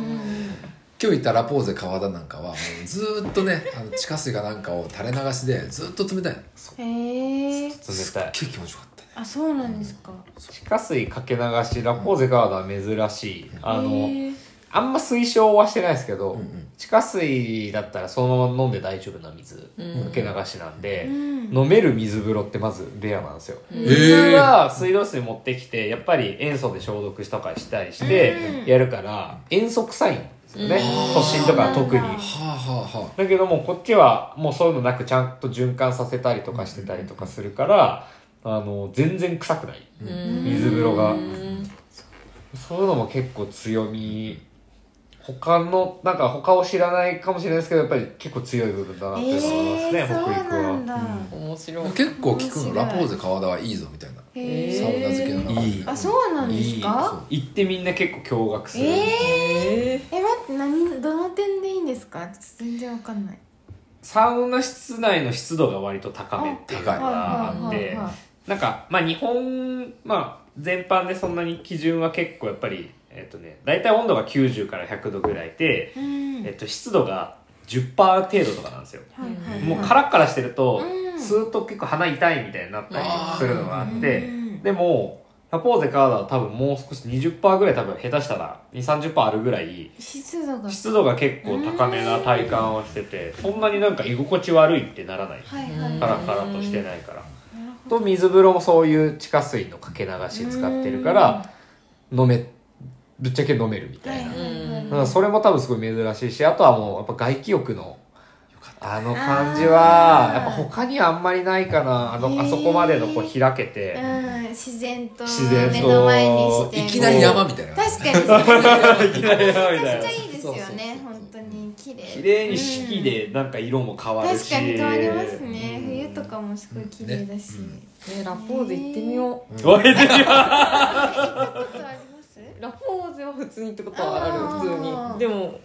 今日行ったラポーゼ川田なんかはもうずーっとねあの地下水かなんかを垂れ流しでずーっと冷たいのそへえ冷すったいげえ気持ちよかったねあそうなんですか地下水かけ流しラポーゼ川ダは珍しいあのへえあんま推奨はしてないですけど、うんうん地下水だったらそのまま飲んで大丈夫な水、うん受け流しなんで、うん飲める水風呂ってまずレアなんですよ、ん普通は水道水持ってきてやっぱり塩素で消毒とかしたりしてうんやるから塩素臭いんですよね、うん都心とかは特にそうなんはだあはあはあだけどもこっちはもうそういうのなくちゃんと循環させたりとかしてたりとかするからあの全然臭くないうん水風呂がうんそういうのも結構強み他のなんか他を知らないかもしれないですけどやっぱり結構強い部分だなっていうのは思いますね、えー、そう北陸は。なんだ、面白い結構聞く面白のいラポーゼ川田はいいぞみたいなへえサウナ漬けの中でいいあそうなんですか行ってみんな結構驚愕する、ええええ待って何どの点でいいんですかちょっと全然わかんないサウナ室内の湿度が割と高めっていうのがあっはいはいてはいはいなんかまあ日本、まあ、全般でそんなに基準は結構やっぱりえっ、とね大体温度が90から100度ぐらいで、うんえっと湿度が10%程度とかなんですよはいはいはいもうカラッカラしてると、うんスーッと結構鼻痛いみたいになったりするのがあっうて、んでもラポーゼからだと多分もう少し20%ぐらい多分下手したら2 3 0あるぐらい湿度が湿度が結構高めな体感をしててそんなになんか居心地悪いってならないはいはいはいカなるラカラとしてないからほどと水風呂もそういう地下水のかけ流し使ってるから飲めぶっちゃけ飲めるみたいな、はいはいはいだからそれも多分すごい珍しいしあとはもうやっぱ外気浴のあの感じはあーやっぱ他にはあんまりないかなあの、へーあそこまでのこう開けて、うん自然と自然と目の前にしていきなり山みたいな確かにそうめいやいやちゃみたいくちなゃいいですよそうそうねそう本当に綺麗綺麗に四季でなんか色も変うんわる確し、かに変わりますねうん冬とかもすごい綺麗だしうんねー、ラポーゼ行ってみようおいでよえ行ったことありますラポーゼは普通にってことはあるあー普通にでも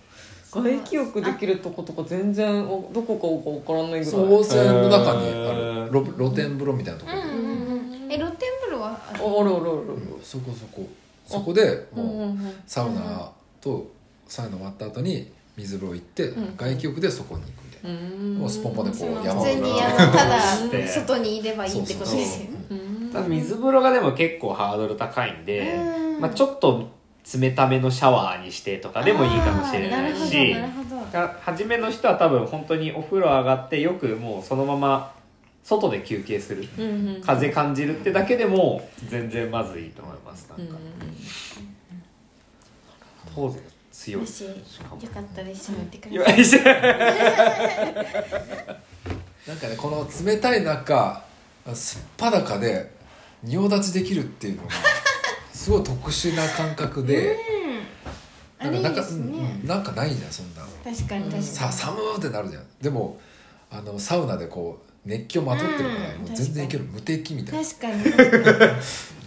外気浴できるとことか全然おどこかわからないぐらい温泉の中にあえるー露露天風呂みたいなところで、うんうんうんえ露天風呂はあるおおるおるおるそこそこそこでうんうんうもうんサウナとサウナ終わった後に水風呂行って、うん外気浴でそこに行くみたいな、うんもうスポンポでこそうの山普を通にあのただ外にいればいいってことですよねうんうんただ水風呂がでも結構ハードル高いんで、うんまあ、ちょっと冷ためのシャワーにしてとかでもいいかもしれないしあーなるほどなるほどだ初めの人は多分本当にお風呂上がってよくもうそのまま外で休憩するうんうん風感じるってだけでも全然まずいと思いますなんか当然強いもしよかったら一緒に行ってく言だわさないいじゃんなんかねこの冷たい中すっぱだかで仁王立ちできるっていうのがすごい特殊な感覚 で、あれいないんかなですんかうんねうんなんかないじゃんそんなの確かに確かにさ寒ーってなるじゃんでもあのサウナでこう熱狂まとってるから、うんもう全然いける無敵みたいな確かに確 か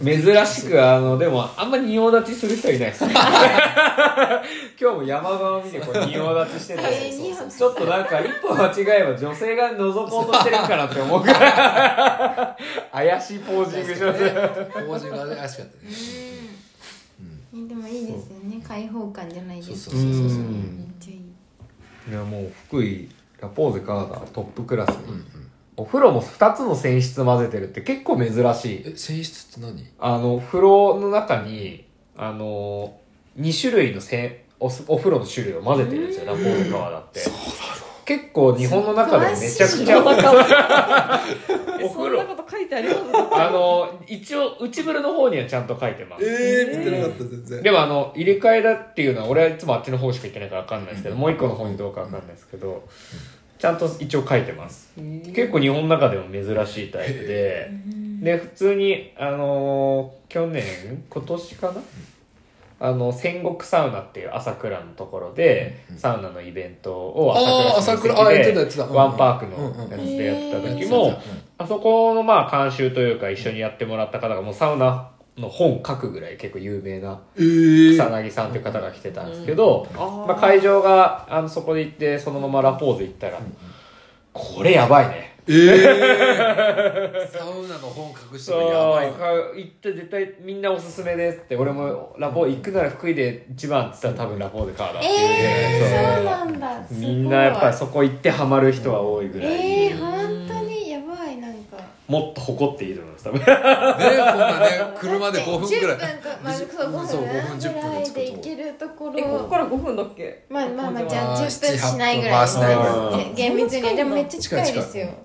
に珍しくあのでもあんま仁王立ちする人いないですね 今日も山場を見てこう仁王立ちしててえー二本ちょっとなんか一歩間違えば女性が覗こうとしてるんかなって思うから怪しいポージングしまし たポージングが怪しかったねうんえでもいいですよね開放感じゃないでそうすそかうそうそうそううめっんちゃいいいやもう福井ラポーゼカナダトップクラスに、お風呂も2つの泉質混ぜてるって結構珍しいえ泉質って何あの風呂の中にあの2種類のせおすお風呂の種類を混ぜてるんですよラポール川だって結構日本の中でもめちゃくちゃおそ風んな呂こと書いてありますあの一応内風呂の方にはちゃんと書いてますえー見見ててななかかっった全然でもあの入れ替えだっていうのは俺はいつもあっちの方しか行ってないから分かんないですけどもう一個の方にどうか分かんないですけどちゃんと一応書いてます結構日本の中でも珍しいタイプでで普通にあのー去年今年かなあの戦国サウナっていう朝倉のところでサウナのイベントをあー朝倉朝市倉あのやって席たやってでたうんうんワンパークのうやんつうんでやった時うんもあそこのまあ監修というか一緒にやってもらった方がもうサウナの本書くぐらい結構有名なえー、草薙さんという方が来てたんですけど、ままあ、会場があのそこで行ってそのままラポーズ行ったら、これやばいねえー、サウナの本隠してそるうのやばいか行って絶対みんなおすすめですって俺もラポー行くなら福井で一番って言ったら多分ラポーズかだっていうえー、そうそうなんだすごいみんなやっぱりそこ行ってハマる人は多いぐらい、えー、本当にやばいなんかもっと誇っていいと思います多分ねこんなね車で5分くらいだって10分か、まあ、そう5分そう5分10分ぐらいで着行くとけるとこえここかろら5分だっけまあまあまあじゃああー10分しないぐまらあいしないぐらいです厳密にでもめっちゃ近いですよ近い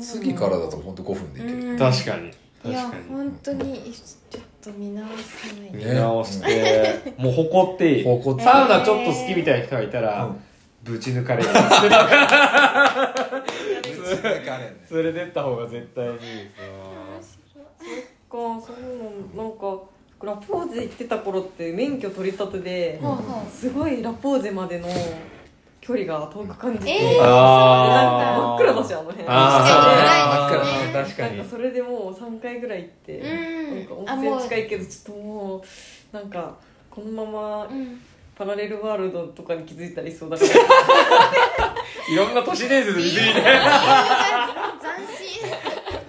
次からだと本当5分で行ける、うん確かにいや確かに本当にちょっと見直さないと見直して、もう誇っていい誇っていいサウナちょっと好きみたいな人がいたら、うんぶち抜かれる連れてった方が絶対にいいですそっかそうなのなんかラポーゼ行ってた頃って免許取り立てで、ほうほうすごいラポーゼまでの距離が遠く感じて、えーなんか真あっー暗だしあの辺あーそうね暗いですねなんかそれでもう3回ぐらい行って、うんなんか温泉近いけどちょっともうなんかこのままうんパラレルワールドとかに気づいたりそうだからいろんな都市伝説見すぎて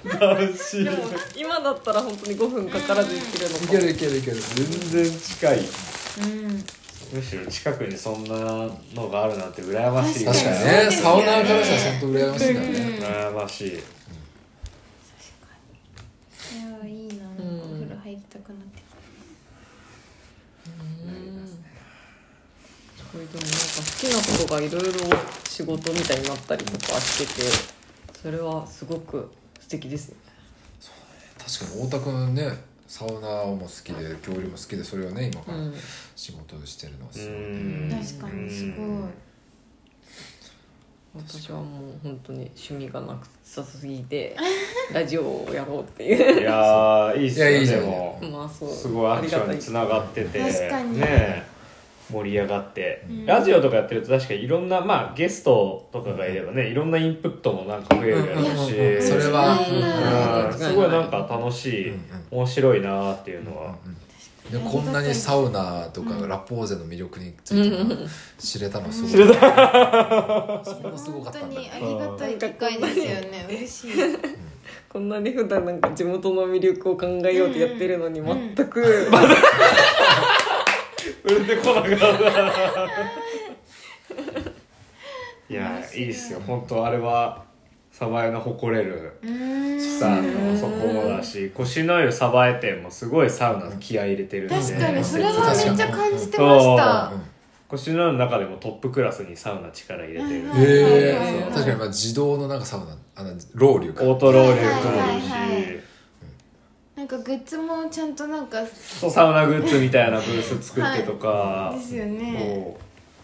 斬斬新でも今だったら本当に5分かからず行けるのかいけるいけるいける全然近い新うんむしろ近くにそんなのがあるなんて羨ましい確かにねサウナーからしたらちゃんと羨ましいんだね羨ましいいやいいななんかお風呂入りたくなってきたこれでもなんか好きなことがいろいろ仕事みたいになったりとかしててそれはすごく素敵ですね確かに太田君ねサウナも好きで恐竜も好きでそれをね今からうん仕事をしてるのはすうごいん確かにすごい私はもう本当に趣味がなくさすぎてラジオをやろうっていういやーいいっすよいやいいじでゃんもまあそうすごいアクションにつながってて確かにねえ盛り上がって、うんラジオとかやってると確かにいろんな、まあ、ゲストとかがいればねいろんなインプットもなんか増えるやろうんううし、んうんそれはううんんすごいなんか楽しい、うん面白いなーっていうのは、でこんなにサウナとかラポーゼの魅力につういんてうんも知れたのはすごいそれもすごか本っ当たんだにありがたい機会ですよね嬉しいこんなに普段なんか地元の魅力を考えようってやってるのにうんうん全く、まだ売れてこなかったいやいいっすよ本当あれは鯖江の誇れるうんサウナもそこもだし越の湯鯖江店もすごいサウナの気合い入れてるんで確かにそれはめっちゃ感じてました腰の中でもトップクラスにサウナ力入れてるうんへはいはいはえい確かにまあ自動のなんかサウナあのロウリュオーかトロールはもいあるし、はいはいなんかグッズもちゃんとなんかでそうサウナグッズみたいなブース作ってとか、すよねも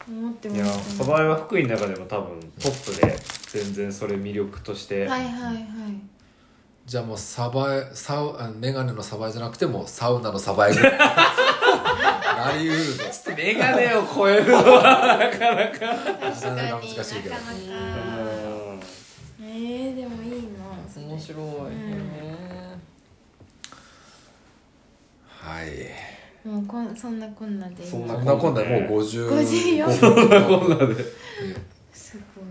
思ってうまいやした鯖江は福井の中でも多分トップで全然それ魅力として、はいはいはいじゃあもうサバエサウあのメガネのサバエじゃなくてもうサウナのサバエぐ らいなりうるとメガネを 超えるのはなかなか確かに難しいけどなかなかねえー、でもいいの面白い、んねはいもうこんそんなこんなでそんそんなこんなでもう54 55分こんなですごい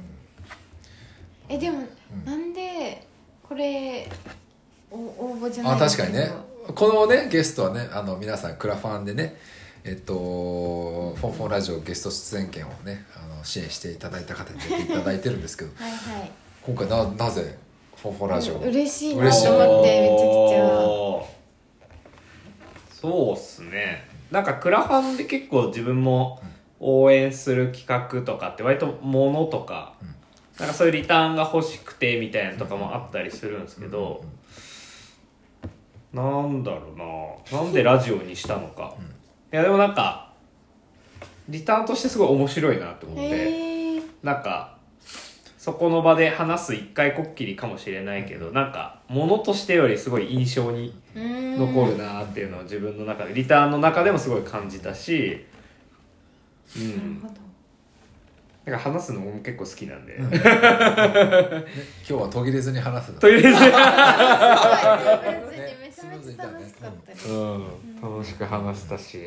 えでも、なんでこれお応募じゃないあんだ確けどかにねこのねゲストはねあの皆さんクラファンでねえっと「フォンフォンラジオ」ゲスト出演権をねあの支援していただいた方に出ていただいてるんですけど はいはい今回ななぜ「フォンフォンラジオ」嬉しいな嬉しいと思ってめちゃそうっすねなんかクラファンで結構自分も応援する企画とかって割と物とか、んなんかそういうリターンが欲しくてみたいなのとかもあったりするんですけど、なんだろうななんでラジオにしたのか、いやでもなんかリターンとしてすごい面白いなと思っくちゃて、へえー、なんかそこの場で話す一回こっきりかもしれないけど、なんか物としてよりすごい印象にうーん残るなっていうのを自分の中でリターンの中でもすごい感じたし、うなるん、ほどなんか話すのも結構好きなんで、今日は途切れずに話すのとりあえず別にめちゃめちゃ楽しかったです。うん、楽しく話せたし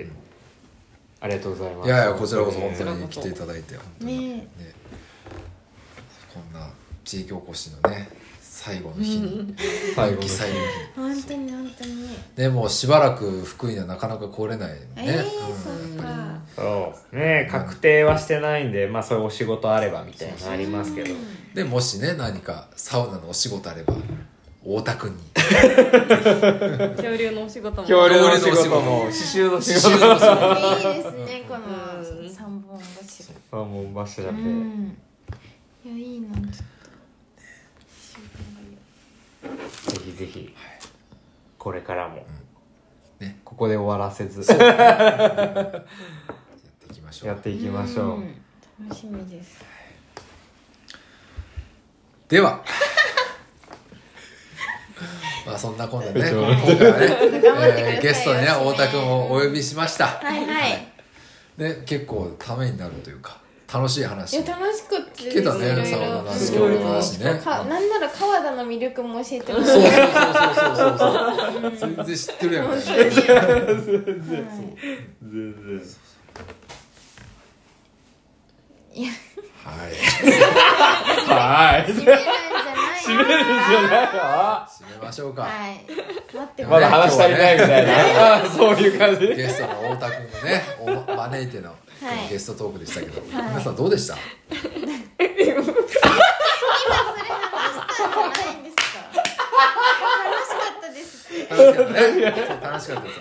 ありがとうございますいやいやこちらこそ本当ねに来ていただいて本当にねねこんな地域おこしのね最後の日に最後記の載の日にえ、本当に本当に。ねもうしばらく福井にはなかなか来れないね、ええうんそっか。そうですね確定はしてないんでまあそういうお仕事あればみたいなのありますけどでもしね何かサウナのお仕事あれば太田君に 恐竜のお仕事も恐竜の恐竜仕の仕事事もも刺繍の仕刺繍事もの仕事いいですねこうのん三本腰が。あもう柱うだけ、ん。いやいいなちょっぜひぜひ、これからも、うんねここで終わらせ ずやっていきましょやうってと。いきましょう、ん。楽しみです。では まあそんなこんなでねちょ今っと回はね、頑張ってくださいえーゲストにねよろしくね太田君をお呼びしました、はいはい。ね結構ためになるというか楽しいい話や楽しかったで聞す。けいたろいろねサウナの話す恐ごい竜の話ねかなんなら川田の魅力も教えてもらっそうそうそうそうて。そうそう全然知ってるやん本当ねに。はい全然はいはい締めるんじゃないよ。締めましょうか、はい。待ってままだ話したりないみ たいな、あそういう感じゲストの太田君のねお招いてのいゲストトークでしたけど、皆さんどうでしたす。ないんですか。 楽しかったです。楽しかったね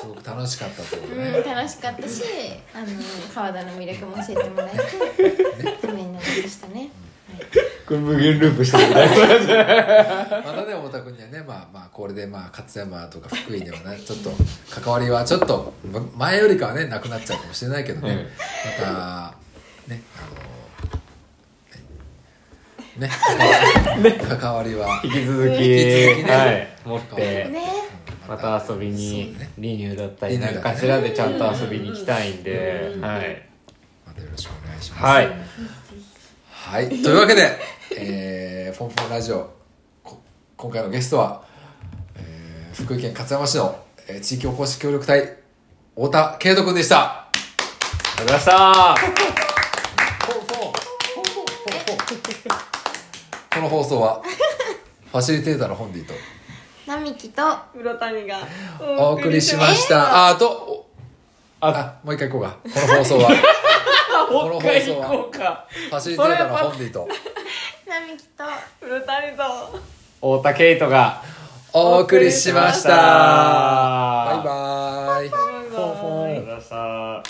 そう楽しかったですすごく楽しかったということでうねん、楽しかったし、あの川田の魅力も教えてもらえて、ためになりましたね。これ無限ループしてるみたいなまたね太田君にはねまあまあこれでまあ勝山とか福井ではねちょっと関わりはちょっとま前よりかはねなくなっちゃうかもしれないけどね、またねあのね ね関わりは引き続き引き続きねはい、持ってね、また遊びに、そうねリニューだったりリニュなんーだねかしらでちゃんと遊びに行きたいんで、はい、またよろしくお願いします。はい、はい、というわけで、えー、フォンフォンラジオ、こ今回のゲストは、えー、福井県勝山市の、えー、地域おこし協力隊、太田圭斗くんでした。ありがとうございましフたォンフォン、フォンフォン、フォンフォン。この放送 は、ファシリテーターのホンディと並木と。うろたにがお送りしました。あ、あと、おあ、もう一回行こうか。この放送 は、このもう放一回送行は、こうかファシリテーターのホンディと、並木と。うろたにと太田圭斗がお送りしました。ババイバイ。イバイありがとうございました